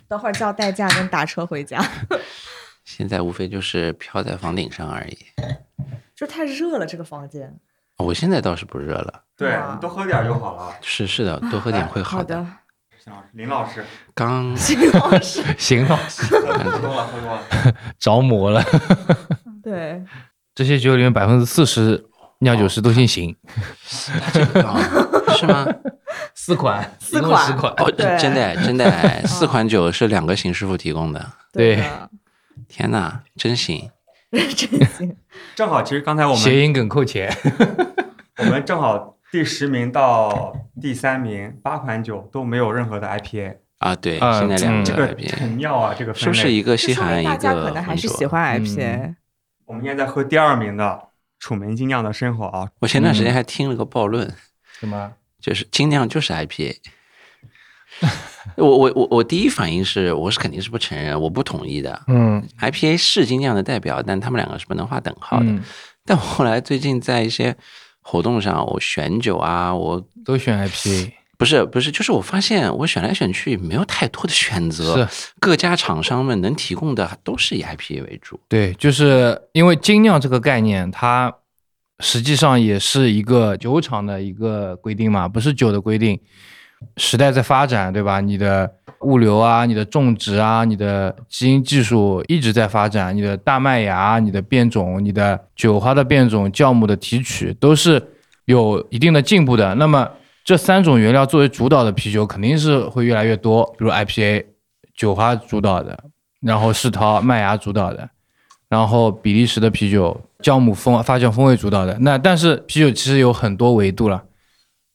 D: 等会儿叫代驾跟打车回家，
E: 现在无非就是飘在房顶上而已。
D: 就太热了这个房间。
E: 我现在倒是不热了，
C: 对
F: 啊
D: 哇
C: 你多喝点儿就好了。
E: 是是的，多喝点会好的。
D: 的，
C: 行老师林 老师，
E: 刚
D: 秦老师，
F: 邢老师
C: 喝多了，喝多了。
F: 着魔了，
D: 对，
F: 这些酒里面百分之四十酿酒师都姓邢，
E: 这个刚啊是 吗？
F: 四款，
D: 四
F: 一共
D: 款
F: 十款。
E: 哦，
D: 对
E: 真的真 的，四款酒是两个邢师傅提供的。
F: 对
D: 的，
E: 天哪，真行！
D: 真行，
C: 正好，其实刚才我们
F: 谐音梗扣钱，
C: 我们正好第十名到第三名八款酒都没有任何的 IPA，
E: 啊，对，
F: 啊
E: 现在两
F: 嗯
E: 个
C: 这
E: 来
C: 个
E: 宾，
C: 陈酿啊，这个
E: 是不
C: 分
E: 是
C: 类，
E: 一个
D: 这
E: 西
D: 说
E: 韩
D: 明
E: 一
D: 大家可
E: 个啊
D: 能还
E: 浑
D: 是喜
E: 浊？
D: 欢
F: 嗯
D: IPA，
C: 我们现在喝第二名的楚门精酿的生活啊，
E: 我前段
F: 嗯
E: 时间还听了个暴论，
F: 什么？
E: 就是精酿就是 IPA。我我我我第一反应是，我是肯定是不承认，我不同意的。
F: 嗯，
E: IPA 是精酿的代表，但他们两个是不能划等号的。
F: 嗯
E: 但我后来最近在一些活动上，我选酒啊，我
F: 都选 IPA，
E: 不是不是，就是我发现我选来选去没有太多的选择，
F: 是
E: 各家厂商们能提供的都是以 IPA 为主。
F: 对，就是因为精酿这个概念，它实际上也是一个酒厂的一个规定嘛，不是酒的规定。时代在发展，对吧？你的物流啊，你的种植啊，你的基因技术一直在发展，你的大麦芽、你的变种、你的酒花的变种、酵母的提取都是有一定的进步的。那么这三种原料作为主导的啤酒，肯定是会越来越多，比如 IPA 酒花主导的，然后世涛麦芽啊主导的，然后比利时的啤酒酵母风发酵风味主导的。那但是啤酒其实有很多维度了，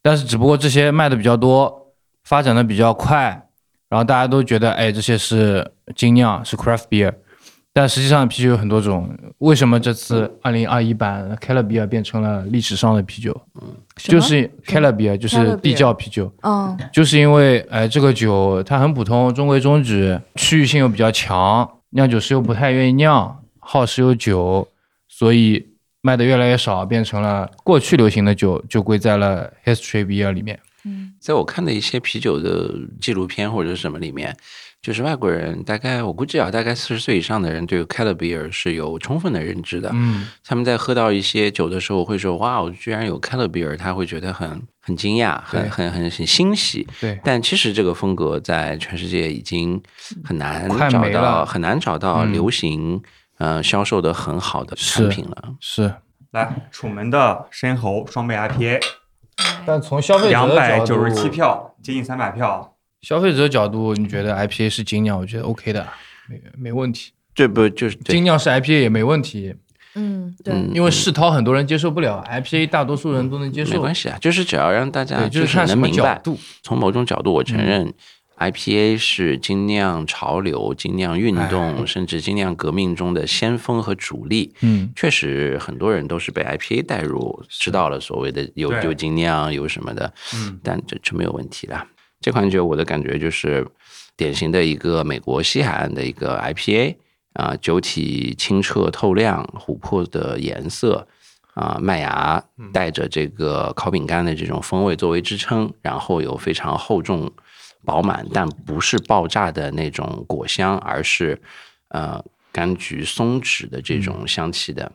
F: 但是只不过这些卖的比较多，发展的比较快，然后大家都觉得哎这些是精酿是 craft beer，但实际上啤酒有很多种。为什么这次二零二一版 c a l a b e r 变成了历史上的啤酒？就
D: 嗯什么
F: 是 c a l a b e r 就
D: Calabeer
F: 是地窖啤酒。
D: 嗯，
F: 就是因为呃这个酒它很普通，中规中矩，区域性又比较强，酿酒师又不太愿意酿，耗时又久，所以卖的越来越少，变成了过去流行的酒就归在了 history beer 里面。
D: 嗯
E: 在我看的一些啤酒的纪录片或者是什么里面，就是外国人大概我估计啊，大概四十岁以上的人对 c a l i b e r 是有充分的认知的。
F: 嗯，
E: 他们在喝到一些酒的时候会说：“哇，我居然有 c a l i b e r 他会觉得很很惊讶，很
F: 对
E: 很很很欣喜。
F: 对，
E: 但其实这个风格在全世界已经很
F: 嗯
E: 难
F: 快
E: 找
F: 没
E: 到，
F: 了
E: 很难找到
F: 嗯
E: 流行、呃销售的很好的产
F: 是
E: 品了。
F: 是。
C: 来楚门的深喉双倍 IPA，
F: 但从消费者
C: 两百
F: 角
C: 九
F: 度
C: 十七，票，接近三百票，
F: 消费者角度，你觉得 IPA 是精酿？我觉得 OK 的，没没问题。
E: 这不就是对
F: 精酿是 IPA 也没问题，
D: 嗯，
E: 嗯
D: 对，
F: 因为世涛很多人接受不了，IPA 大多数人都能接
E: 没
F: 受。
E: 关系啊，就是只要让大家
F: 对，就是是看什
E: 能
F: 么
E: 明
F: 角嗯
E: 白，
F: 度。
E: 从某种角度，我承认 IPA 是精酿潮流、精酿运
F: 哎
E: 动，甚至精酿革命中的先锋和主力。
F: 嗯，
E: 确实，很多人都是被 IPA 带入，知道了所谓的有
C: 对
E: 有精酿有什么的，
C: 嗯，
E: 但这这没有问题啦。这款酒我的感觉就是典型的一个美国西海岸的一个 IPA 啊、酒体清澈透亮，琥珀的颜色啊、麦芽
C: 嗯
E: 带着这个烤饼干的这种风味作为支撑，然后有非常厚重、饱满，但不是爆炸的那种果香，而是呃柑橘松脂的
D: 嗯
E: 这种香气的。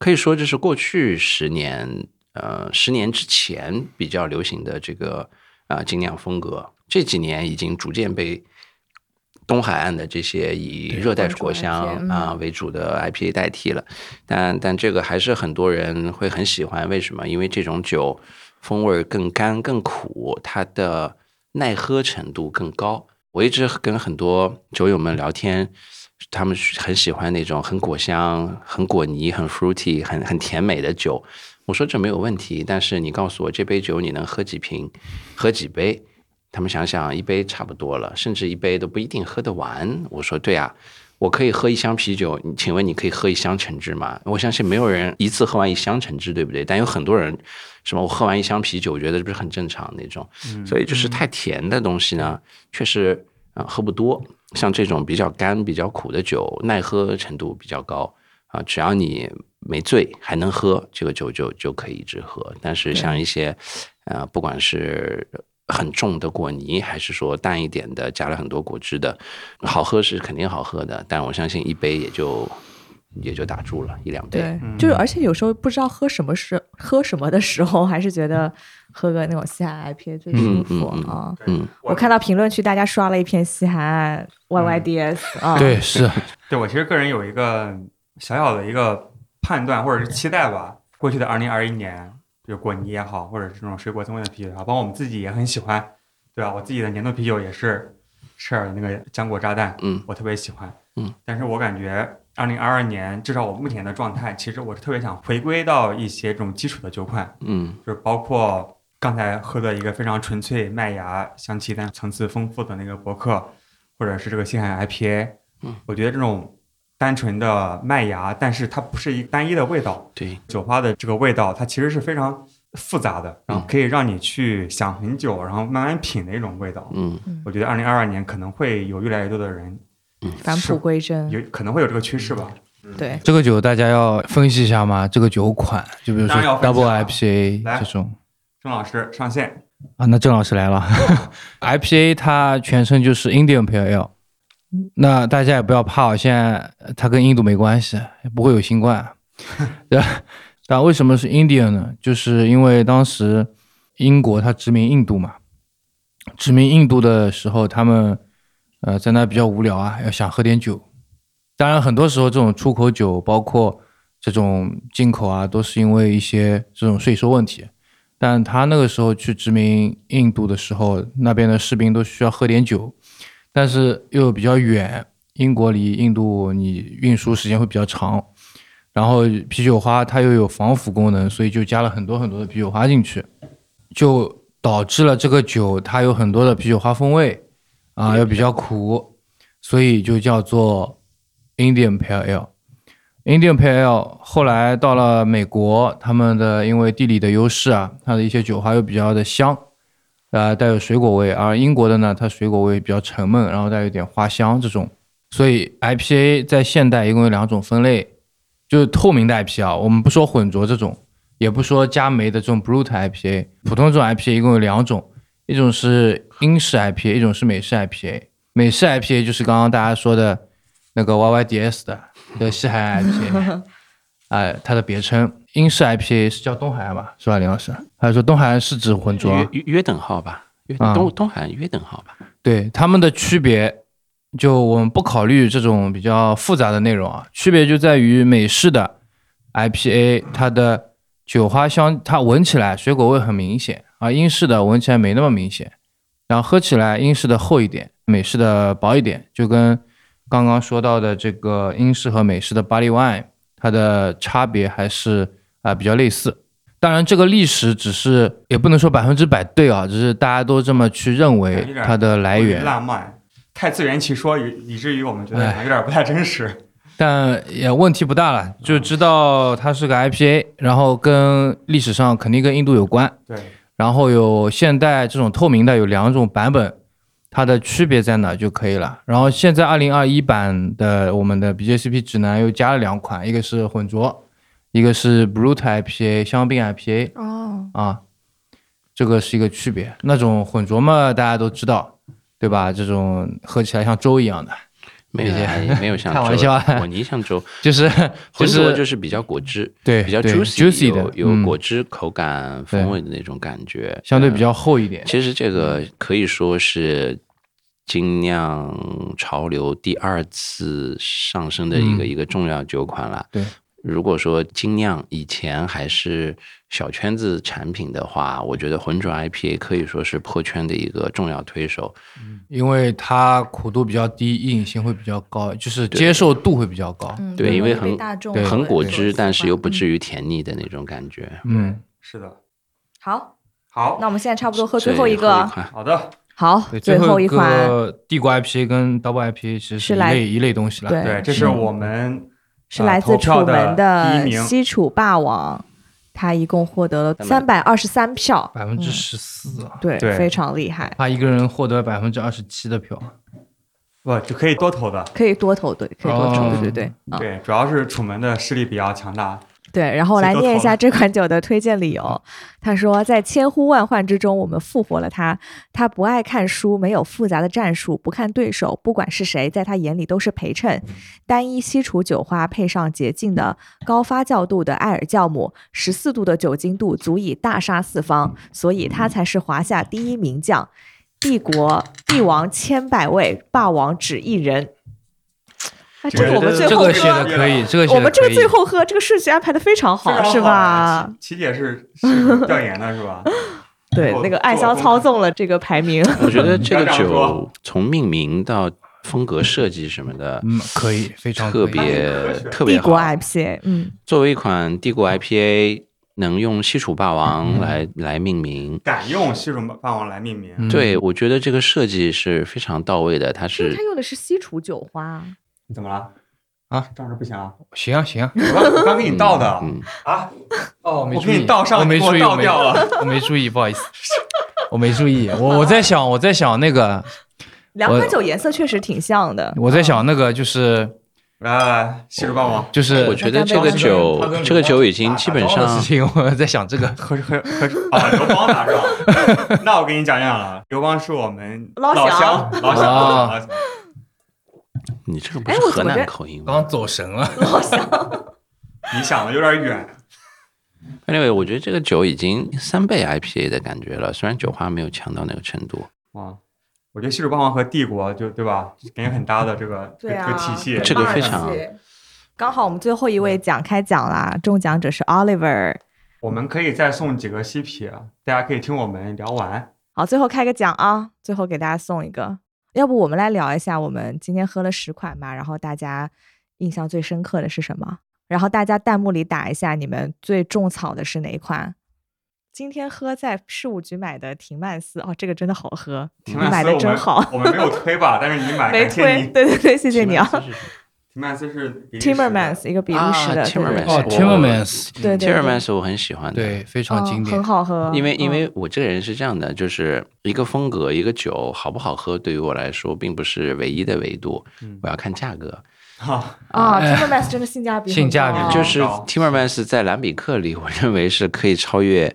E: 可以说这是过去十年，呃，十年之前比较流行的这个啊、呃、精酿风格，这几年已经逐渐被东海岸的这些以热带
D: 关注
E: 果香
D: IPA 嗯
E: 啊、为主的 IPA 代替了，但但这个还是很多人会很喜欢，为什么？因为这种酒风味更干、更苦，它的耐喝程度更高。我一直跟很多酒友们聊天，他们很喜欢那种很果香、很果泥、很 fruity、很很甜美的酒。我说这没有问题，但是你告诉我这杯酒你能喝几瓶，喝几杯？他们想想一杯差不多了，甚至一杯都不一定喝得完。我说对啊，我可以喝一箱啤酒，你请问你可以喝一箱橙汁吗？我相信没有人一次喝完一箱橙汁，对不对？但有很多人，什么我喝完一箱啤酒，我觉得这不是很正常那种。所以就是太甜的东西呢，确实啊、呃喝不多。像这种比较干、比较苦的酒，耐喝程度比较高啊、只要你没醉还能喝，这个酒就就可以一直喝。但是像一些呃，不管是很重的果泥，还是说淡一点的，加了很多果汁的，好喝是肯定好喝的，但我相信一杯也就也就打住了一两杯。
D: 对，就是而且有时候不知道喝什么时喝什么的时候，还是觉得喝个那种西海岸 IPA 最舒服
E: 嗯嗯
D: 啊。
E: 嗯，
D: 我看到评论区大家刷了一篇西海岸 YYDS 啊，
F: 对，是
C: 对我其实个人有一个小小的一个判断或者是期待吧，过去的二零二一年，比如果泥也好，或者是这种水果风味的啤酒也好，包括我们自己也很喜欢，对吧、我自己的年度啤酒也是赤耳的那个浆果炸弹，
E: 嗯，
C: 我特别喜欢，
E: 嗯，
C: 但是我感觉二零二二年，至少我目前的状态，其实我是特别想回归到一些这种基础的酒款，
E: 嗯
C: 就是包括刚才喝的一个非常纯粹麦芽香气但层次丰富的那个博客，或者是这个星海 IPA，
E: 嗯，
C: 我觉得这种单纯的麦芽，但是它不是一单一的味道，
E: 对，
C: 酒花的这个味道，它其实是非常复杂的，然
F: 嗯
C: 后可以让你去想很久，然后慢慢品的一种味道。
E: 嗯
C: 我觉得二零二二年可能会有越来越多的人
D: 返璞归真。
C: 有可能会有这个趋势吧。
F: 嗯
D: 对，
F: 这个酒大家要分析一下吗？这个酒款，就比如说
C: 当然要分析
F: double
C: 了
F: IPA
C: 来
F: 这种
C: 郑老师上线，
F: 啊，那郑老师来 了，IPA 它全称就是 Indian Pale Ale，那大家也不要怕哦，现在它跟印度没关系，也不会有新冠， 对吧？但为什么是 Indian 呢？就是因为当时英国它殖民印度嘛，殖民印度的时候，他们呃在那比较无聊啊，要想喝点酒。当然，很多时候这种出口酒，包括这种进口啊，都是因为一些这种税收问题。但他那个时候去殖民印度的时候，那边的士兵都需要喝点酒，但是又比较远，英国离印度你运输时间会比较长。然后啤酒花它又有防腐功能，所以就加了很多很多的啤酒花进去，就导致了这个酒它有很多的啤酒花风味，啊，又比较苦，所以就叫做 Indian Pale Ale。Indian Pale Ale 后来到了美国，他们的因为地理的优势啊，它的一些酒花又比较的香，呃，带有水果味，而英国的呢，它水果味比较沉闷，然后带有点花香这种。所以 IPA 在现代一共有两种分类，就是透明的 IPA，啊我们不说混浊这种，也不说加酶的这种 Brut IPA，普通这种 IPA 一共有两种，一种是英式 IPA，一种是美式 IPA。美式 IPA 就是刚刚大家说的那个 YYDS 的的西海岸 IPA，哎、它的别称。英式 IPA 是叫东海岸吧，是吧，林老师？还是说东海岸是指混浊？
E: 约约约等号吧，约
F: 啊
E: 东东海岸约等号吧。
F: 对它们的区别，就我们不考虑这种比较复杂的内容啊，区别就在于美式的 IPA 它的酒花香，它闻起来水果味很明显，而英式的闻起来没那么明显，然后喝起来英式的厚一点，美式的薄一点，就跟刚刚说到的这个英式和美式的 Body Wine 它的差别还是啊、比较类似。当然，这个历史只是也不能说百分之百对啊，只是大家都这么去认为它的来源。
C: 浪漫，太自圆其说，以以至于我们觉得
F: 哎
C: 好像有点不太真实。
F: 但也问题不大了，就知道它
E: 嗯
F: 是个 IPA，然后跟历史上肯定跟印度有关，
C: 对，
F: 然后有现代这种透明的有两种版本，它的区别在哪就可以了。然后现在二零二一版的我们的 BJCP 指南又加了两款，一个是混浊，一个是 Brut IPA 香槟 IPA
D: 哦，
F: 啊，这个是一个区别。那种混浊嘛，大家都知道，对吧？这种喝起来像粥一样的，
E: 没有
F: 理解
E: 哎没有像
F: 开玩
E: 粥
F: 笑啊
E: 果泥 像粥，
F: 就是就
E: 浑浊
F: 是
E: 就是比较果汁，
F: 对
E: 比较
F: 对
E: juicy，,
F: juicy 的
E: 有
F: 嗯
E: 有果汁口感、风味的那种感觉，
F: 相对
E: 呃
F: 比较厚一点。
E: 其实这个可以说是精酿潮流第二次上升的一个、
F: 嗯
E: 一个重要酒款了。
F: 对，
E: 如果说精酿以前还是小圈子产品的话，我觉得浑浊 IPA 可以说是破圈的一个重要推手。
F: 因为它苦度比较低，易饮性会比较高，就是接受度会比比较高。
D: 嗯
E: 对，因为很
F: 对
E: 很果汁，但是又不
D: 于。
E: 至于甜腻的那种感觉。
F: 嗯，
C: 是的。
D: 好，
C: 好，
D: 那我们现在差不多喝最
E: 所以
D: 后一个
E: 款
C: 好的，
D: 好，
F: 对，
D: 最
F: 后
D: 一款
F: 个地瓜 IPA 跟 Double IPA 其实
D: 是
F: 一
D: 来
F: 类一类东西了。
D: 对
C: 对，这
F: 嗯
C: 是我们
D: 是
C: 呃
D: 来
C: 投
D: 自楚
C: 票
D: 门
C: 第一
D: 的
C: 名，
D: 西楚霸王，他一共获得了三百二十三票，
F: 百分之十四，啊
D: 对，
C: 对
D: 非常厉害，
F: 他一个人获得百分之二十七的票。
C: 不就可以多投的。
D: 可以多投对，可以多投
F: 哦
D: 对对对，嗯
C: 对，主要是楚门的势力比较强大，
D: 对，然后我来
C: 所以都
D: 念一
C: 投
D: 下
C: 了嗯
D: 这款酒的推荐理由。 他说，在千呼万唤之中，我们复活了他。他不爱看书，没有复杂的战术，不看对手，不管是谁，在他眼里都是陪衬。
C: 嗯
D: 单一西楚酒花配上洁净的高发酵度的艾尔酵母，十四度的酒精度足以大杀四方，所以
C: 嗯
D: 他才是华夏第一名将，帝国帝王千百位，霸王只一 人。啊，这
C: 觉
D: 个
C: 得
D: 我们最
F: 这
D: 后
F: 个
D: 说
F: 写的可以，这个写的
D: 我们这个
F: 可以
D: 最后喝，这个顺序安排的非常
C: 非
D: 好，
C: 常
D: 哦是
C: 啊
D: 吧？
C: 琪琪姐是是调研的是 吧？
D: 对
C: 做，
D: 那个
C: 做
D: 暗箱
C: 功
D: 操
C: 课
D: 纵了这个排名。
E: 我
F: 嗯
E: 觉得这个
C: 你要这样
E: 酒
C: 说
E: 从命名到风格设计什么的，
F: 嗯，可以，非常
E: 特
F: 可以
E: 别特别
D: 帝国
E: 好。
D: IPA，嗯，
E: 作为一款帝国 IPA，能用西楚霸
F: 嗯
E: 王来来命名，
C: 敢用西楚霸王来命名，
F: 嗯
E: 对我觉得这个设计是非常到位的。
D: 因
E: 它
D: 为
E: 是
D: 它用的是西楚酒花，
C: 怎么了？
F: 啊，
C: 这样是不行 啊！
F: 行啊行啊，
C: 我刚我刚给你倒的
E: 嗯，
C: 啊！
F: 哦，没
C: 我
F: 注
C: 给
F: 意，
C: 你倒上，
F: 我没
C: 你给
F: 注意，
C: 倒
F: 没
C: 掉 了。
F: 我没注意，不好意思，我没注意，我我在想，我在想那个，
D: 两款酒颜色确实挺像的。
F: 我在想那个就是
C: 来来来，西楚霸王，
F: 就是
E: 我觉得这
D: 他
E: 个
D: 跟
E: 酒，这个酒已经基本
F: 的事
E: 上
F: 情，我在想这 个，
C: 喝喝喝啊！刘邦哪是吧？那我给你讲讲了，刘邦是我们
D: 老
C: 老
D: 乡
C: 乡，老乡，
F: 啊
C: 老乡
E: 你这个不
D: 哎
E: 是
D: 我
E: 河
D: 怎么
E: 南
D: 着
E: 口音吗？
F: 刚走神了，
D: 老乡，
C: 你想的有点远，
E: Anyway，我觉得这个酒已经三倍 IPA 的感觉了，虽然酒花没有强到那个程度。
C: 啊。我觉得西楚霸王和帝国就对吧，感觉很搭的这个这
D: 对
C: 个
D: 啊
C: 这个体系，
E: 这个非常嗯
D: 霸气。刚好我们最后一位奖开奖啦，中奖者是 Oliver。
C: 我们可以再送几个西啤，大家可以听我们聊
E: 嗯
C: 完。
D: 好，最后开个奖啊，最后给大家送一个。要不我们来聊一下，我们今天喝了十款嘛，然后大家印象最深刻的是什么？然后大家弹幕里打一下，你们最种草的是哪一款？今天喝在事务局买的婷曼斯，哦，这个真的好喝，你
C: 婷曼斯
D: 买的真好，
C: 我们我们没有推吧，但是你买，
D: 没
C: 感谢
D: 推，
C: 你。
D: 对对对，谢谢你啊。
C: 婷曼斯是比利时的
D: Timmermans 一 个比利时的，对对
E: 啊
D: 对
E: Timmermans
F: 哦
E: 我
F: ，Timmermans，
D: 对对对
E: Terramans 我很喜欢的，
F: 对，，非常经
D: 嗯很
F: 典，
D: 好喝，
E: 因为
D: 嗯
E: 因为我这个人是这样的，就是一个风格一个酒好不好喝，对于我来说并不是唯一的维度
C: 嗯，
E: 我要看价格。
C: 啊，
D: 啊
F: 哎
D: ，Timmermans 真的性价比很
F: 性价比
D: 高啊
E: 就
C: 哦
E: 是 Timmermans 在兰比克里，我认为是可以超越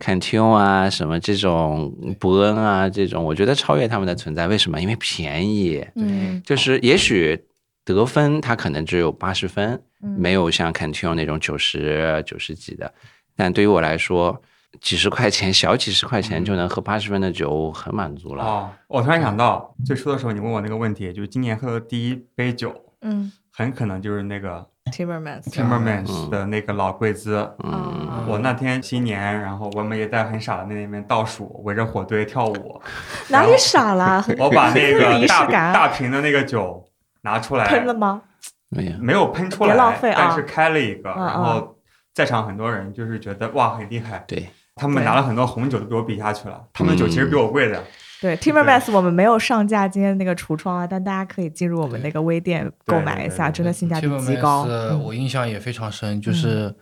E: Cantillon 啊什么这种伯恩啊这种，我觉得超越他们的存在。为什么？因为便宜。
D: 嗯
E: 就是也许得分他可能只有八十分，
D: 嗯
E: 没有像 Cantillon 那种九十九十几的。但对于我来说，几十块钱小几十块
D: 嗯
E: 钱就能喝八十分的酒，我很满足了。
C: 哦，我突然想到，最初的时候你问我那个问题，就是今年喝的第一杯酒，
D: 嗯
C: 很可能就是那
E: 啊
C: 个
D: ，Timmermans，
C: Timmermans 的那个老贵兹。
E: 嗯，
D: 啊
C: 我那天新年，然后我们也在很傻的那边倒数，围着火堆跳舞。
D: 哪里傻啦？ 很
C: 我把那
D: 有
C: 个
D: 仪式
C: 大
D: 感啊
C: 大瓶的那个酒拿出来，
D: 喷了吗？
E: 没有。
C: 没有喷出来，
D: 别浪费啊
C: 但是开了一个，
D: 嗯
C: 然后在场很多人就是觉得哇很厉害，
E: 对，
C: 他们拿了很多红酒都给我比下去了，他们的酒其实比我贵的，
D: 对，Timmermans 我们没有上架今天那个橱窗啊，但大家可以进入我们那个微店购买一下，
C: 对对对对
D: 真的性价比极
F: Timmermans，
D: 高。嗯
F: 我印象也非常深，就是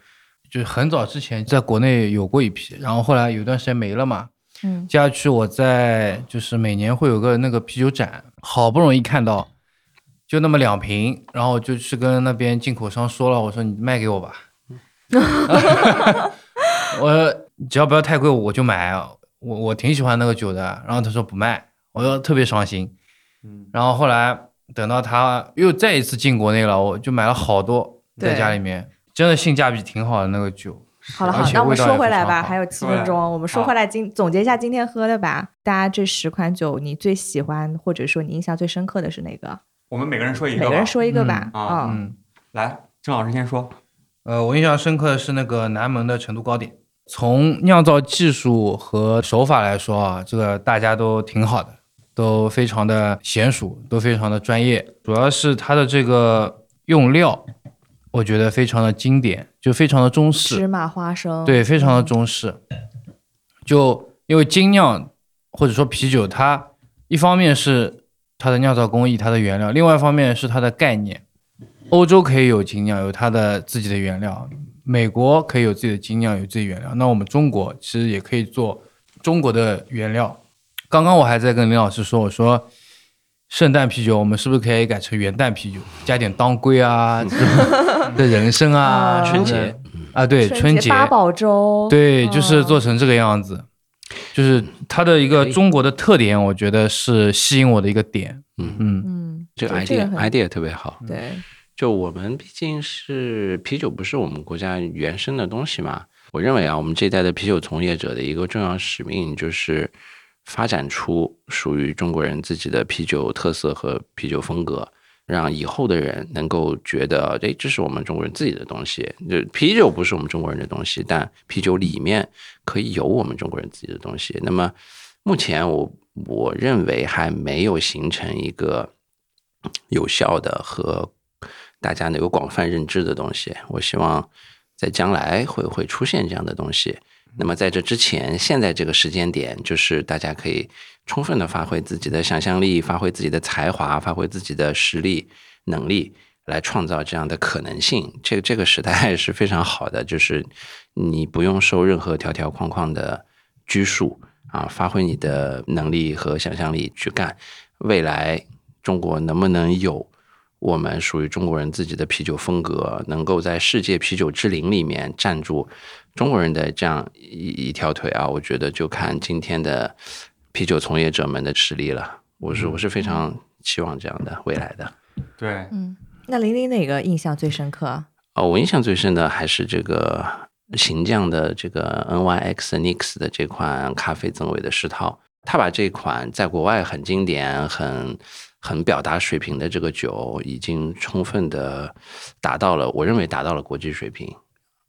F: 就很早之前在国内有过一批，然后后来有段时间没了嘛，
D: 嗯，
F: 接下去我在就是每年会有个那个啤酒展，好不容易看到，就那么两瓶，然后我就去跟那边进口商说了，我说你卖给我吧， 我只要不要太贵我就买，啊我我挺喜欢那个酒的。然后他说不卖，我就特别伤心。
C: 嗯，
F: 然后后来等到他又再一次进国内了，我就买了好多在
D: 对
F: 家里面，真的性价比挺好的那个酒。
D: 好了好
F: 而
D: 了，
F: 且
D: 那我们
F: 味道也
D: 说回
F: 非
D: 来
F: 常
D: 吧，
F: 好
D: 还有七分钟，我们说回来今总结一下今天喝的吧。大家这十款酒，你最喜欢或者说你印象最深刻的是哪个？
C: 我们每个人说一个
D: 每
C: 吧，
D: 个人说一个吧。
C: 嗯啊
D: 嗯，
F: 嗯，
C: 来，郑老师先说，
F: 呃，我印象深刻的是那个南门的成都糕点，从酿造技术和手法来说啊，这个大家都挺好的，都非常的娴熟，都非常的专业。主要是它的这个用料，我觉得非常的经典，就非常的中式。
D: 芝麻花生。
F: 对，非常的中式。就因为精酿或者说啤酒，它一方面是它的酿造工艺、它的原料，另外一方面是它的概念。欧洲可以有精酿，有它的自己的原料；美国可以有自己的精酿，有自己原料。那我们中国其实也可以做中国的原料。刚刚我还在跟林老师说，我说圣诞啤酒我们是不是可以改成元旦啤酒，加点当归啊，这种的人参啊，
D: 春
E: 节
F: 什么的啊，对，春
D: 春
F: 节
D: 八宝粥，
F: 对，
D: 嗯
F: 就是做成这个样子，就是它的一个
E: 可以
F: 中国的特点，我觉得是吸引我的一个点。
E: 嗯，
F: 嗯
D: 嗯，
E: 这个
D: 就这个
E: idea
D: 很
E: idea 特别好。
D: 对，
E: 就我们毕竟是啤酒，不是我们国家原生的东西嘛。我认为啊，我们这一代的啤酒从业者的一个重要使命就是发展出属于中国人自己的啤酒特色和啤酒风格，让以后的人能够觉得，哎，这是我们中国人自己的东西。就啤酒不是我们中国人的东西，但啤酒里面可以有我们中国人自己的东西。那么目前我我认为还没有形成一个有效的和大家能够广泛认知的东西。我希望在将来会会出现这样的东西。那么在这之前，现在这个时间点，就是大家可以充分的发挥自己的想象力，发挥自己的才华，发挥自己的实力能力，来创造这样的可能性。这这个时代是非常好的，就是你不用受任何条条框框的拘束啊，发挥你的能力和想象力去干。未来中国能不能有我们属于中国人自己的啤酒风格，能够在世界啤酒之林里面站住中国人的这样一一条腿啊？我觉得就看今天的啤酒从业者们的实力了。我是我是非常期望这样的未来的。
C: 对，
D: 嗯，那玲玲哪个印象最深刻？
E: 哦，我印象最深的还是这个行将的这个 NYX Nix 的这款咖啡增味的试套，他把这款在国外很经典、很很表达水平的这个酒，已经充分的达到了，我认为达到了国际水平。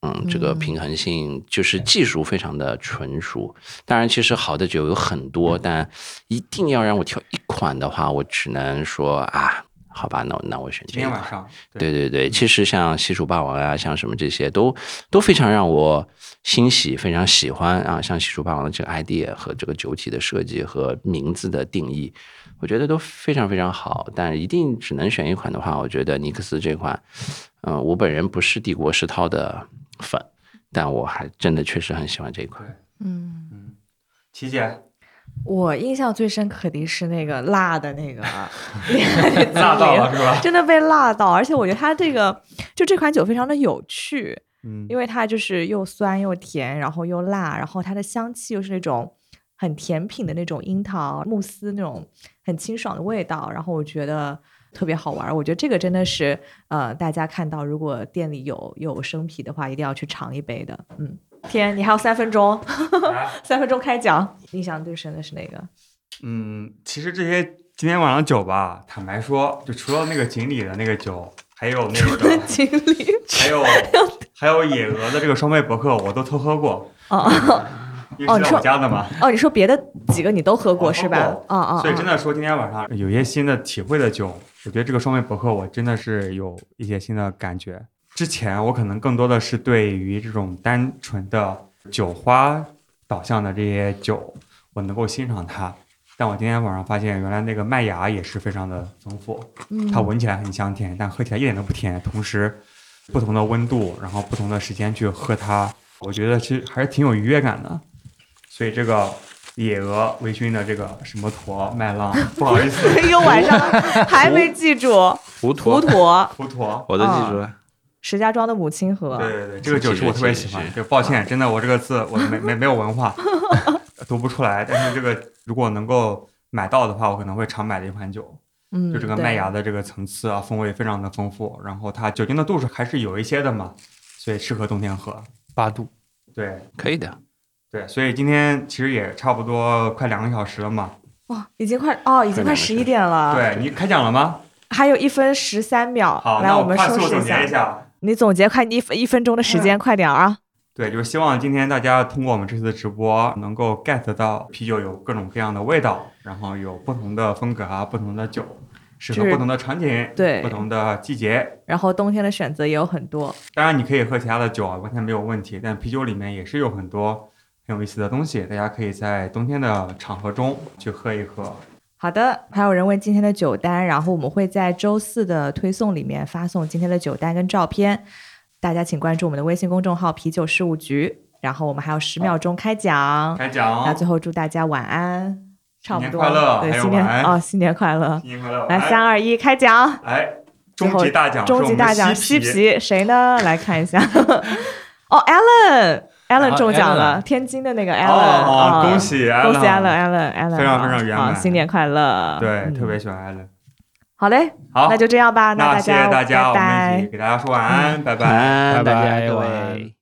E: 嗯，这个
D: 嗯
E: 平衡性就是技术非常的纯熟。当然，其实好的酒有很多，但一定要让我挑一款的话，我只能说啊，好吧，那我那我选这
C: 今
E: 一
C: 天
E: 款
C: 晚。上，
E: 对对对，其实像西楚霸王啊，像什么这些都都非常让我欣喜，非常喜欢啊。像西楚霸王的这个 idea 和这个酒体的设计和名字的定义，我觉得都非常非常好。但一定只能选一款的话，我觉得尼克斯这款，嗯、我本人不是帝国世涛的粉，但我还真的确实很喜欢这一款。
D: 嗯。
C: 琪姐，
D: 我印象最深刻的是那个辣的那个
C: 辣到了是吧？
D: 真的被辣到，而且我觉得它这个就这款酒非常的有趣，
C: 嗯
D: 因为它就是又酸又甜，然后又辣，然后它的香气又是那种很甜品的那种樱桃慕斯那种很清爽的味道，然后我觉得特别好玩儿。我觉得这个真的是呃，大家看到如果店里有有生啤的话，一定要去尝一杯的。嗯，天，你还有三分钟，
C: 啊
D: 三分钟开讲，印象最深的是哪个？
C: 嗯，其实这些今天晚上酒吧，坦白说，就除了那个锦鲤的那个酒，还有那个
D: 经理
C: 还 有还有野鹅的这个双倍伯克，我都偷喝过，
D: 哦
C: 因为
D: 哦
C: 是
D: 你
C: 在
D: 说
C: 我家的嘛。
D: 哦，你说别的几个你都喝过
C: 我喝
D: 是吧？啊
C: 过
D: 啊，啊
C: 所以真的说，今天晚上有一些新的体会的酒，我觉得这个双倍博客我真的是有一些新的感觉。之前我可能更多的是对于这种单纯的酒花导向的这些酒，我能够欣赏它。但我今天晚上发现，原来那个麦芽也是非常的丰富，
D: 嗯
C: 它闻起来很香甜，但喝起来一点都不甜。同时，不同的温度，然后不同的时间去喝它，我觉得其实还是挺有愉悦感的。所以这个野鹅微醺的这个什么驼麦浪，不好意 思，
D: 一个晚上 还没记住，
E: 胡
D: 普，陀
C: 胡驼。
E: 我
D: 都记住
F: 哦
E: 了。
D: 石家庄的母亲河，
C: 对对对，这个酒是啊我特别喜欢。就抱歉，真的我这个字我没没没有文 化，读不出来。但是这个如果能够买到的话，我可能会常买的一款酒。
D: 嗯，
C: 就这个
D: 对
C: 麦芽的这个层次啊，风味非常的丰富，然后它酒精的度数还是有一些的嘛，所以适合冬天喝。
F: 八度，
C: 对
E: 可以的，
C: 对，所以今天其实也差不多快两个小时了嘛。
D: 哇，已经快哦，已经快十一点了，，
C: 对你开讲了吗？
D: 还有一分十三秒，
C: 好，
D: 来
C: 那
D: 们
C: 快
D: 收
C: 速
D: 拾
C: 总结一
D: 下，
C: 下。嗯
D: 你总结快一一分钟的时间，快点儿啊，
C: 对，就是希望今天大家通过我们这次的直播，能够 get 到啤酒有各种各样的味道，然后有不同的风格啊，不同的酒，适合
D: 就是
C: 不同的场景，
D: 对
C: 不同的季节。
D: 然后冬天的选择也有很多，
C: 当然，你可以喝其他的酒啊，完全没有问题。但啤酒里面也是有很多很有意思的东西，大家可以在冬天的场合中去喝一喝。
D: 好的，还有人问今天的酒单，然后我们会在周四的推送里面发送今天的酒单跟照片，大家请关注我们的微信公众号“啤酒事务局”，然后我们还有十秒钟开奖，
C: 开奖，
D: 那最后祝大家晚安，差不多，
C: 新年快乐还
D: 对，
C: 有
D: 新年
C: 晚安
D: 哦，新年快乐，
C: 新年快乐！
D: 来三二一开奖，
C: 哎，终极大奖，
D: 终极大奖
C: 西
D: 嬉皮谁呢？来看一下， 哦，Allen。Allen 中奖了，
F: Alan
D: 天津的那个 Allen，、
C: 哦，
D: 啊
C: 恭喜
D: 恭喜
C: Allen
D: Allen Allen，
C: 非常非常圆满
D: 好新年快乐！
C: 对，
D: 嗯
C: 特别喜欢 Allen。
D: 好嘞，
C: 好，
D: 那就这样吧，
C: 那
D: 大
C: 谢
D: 家
C: 谢大家，
D: 拜
C: 我们一
D: 拜嗯
C: 起。给大家说晚安，拜拜。
E: 晚安，
F: 拜
E: 大
F: 拜
E: 家各
F: 晚安
E: 位。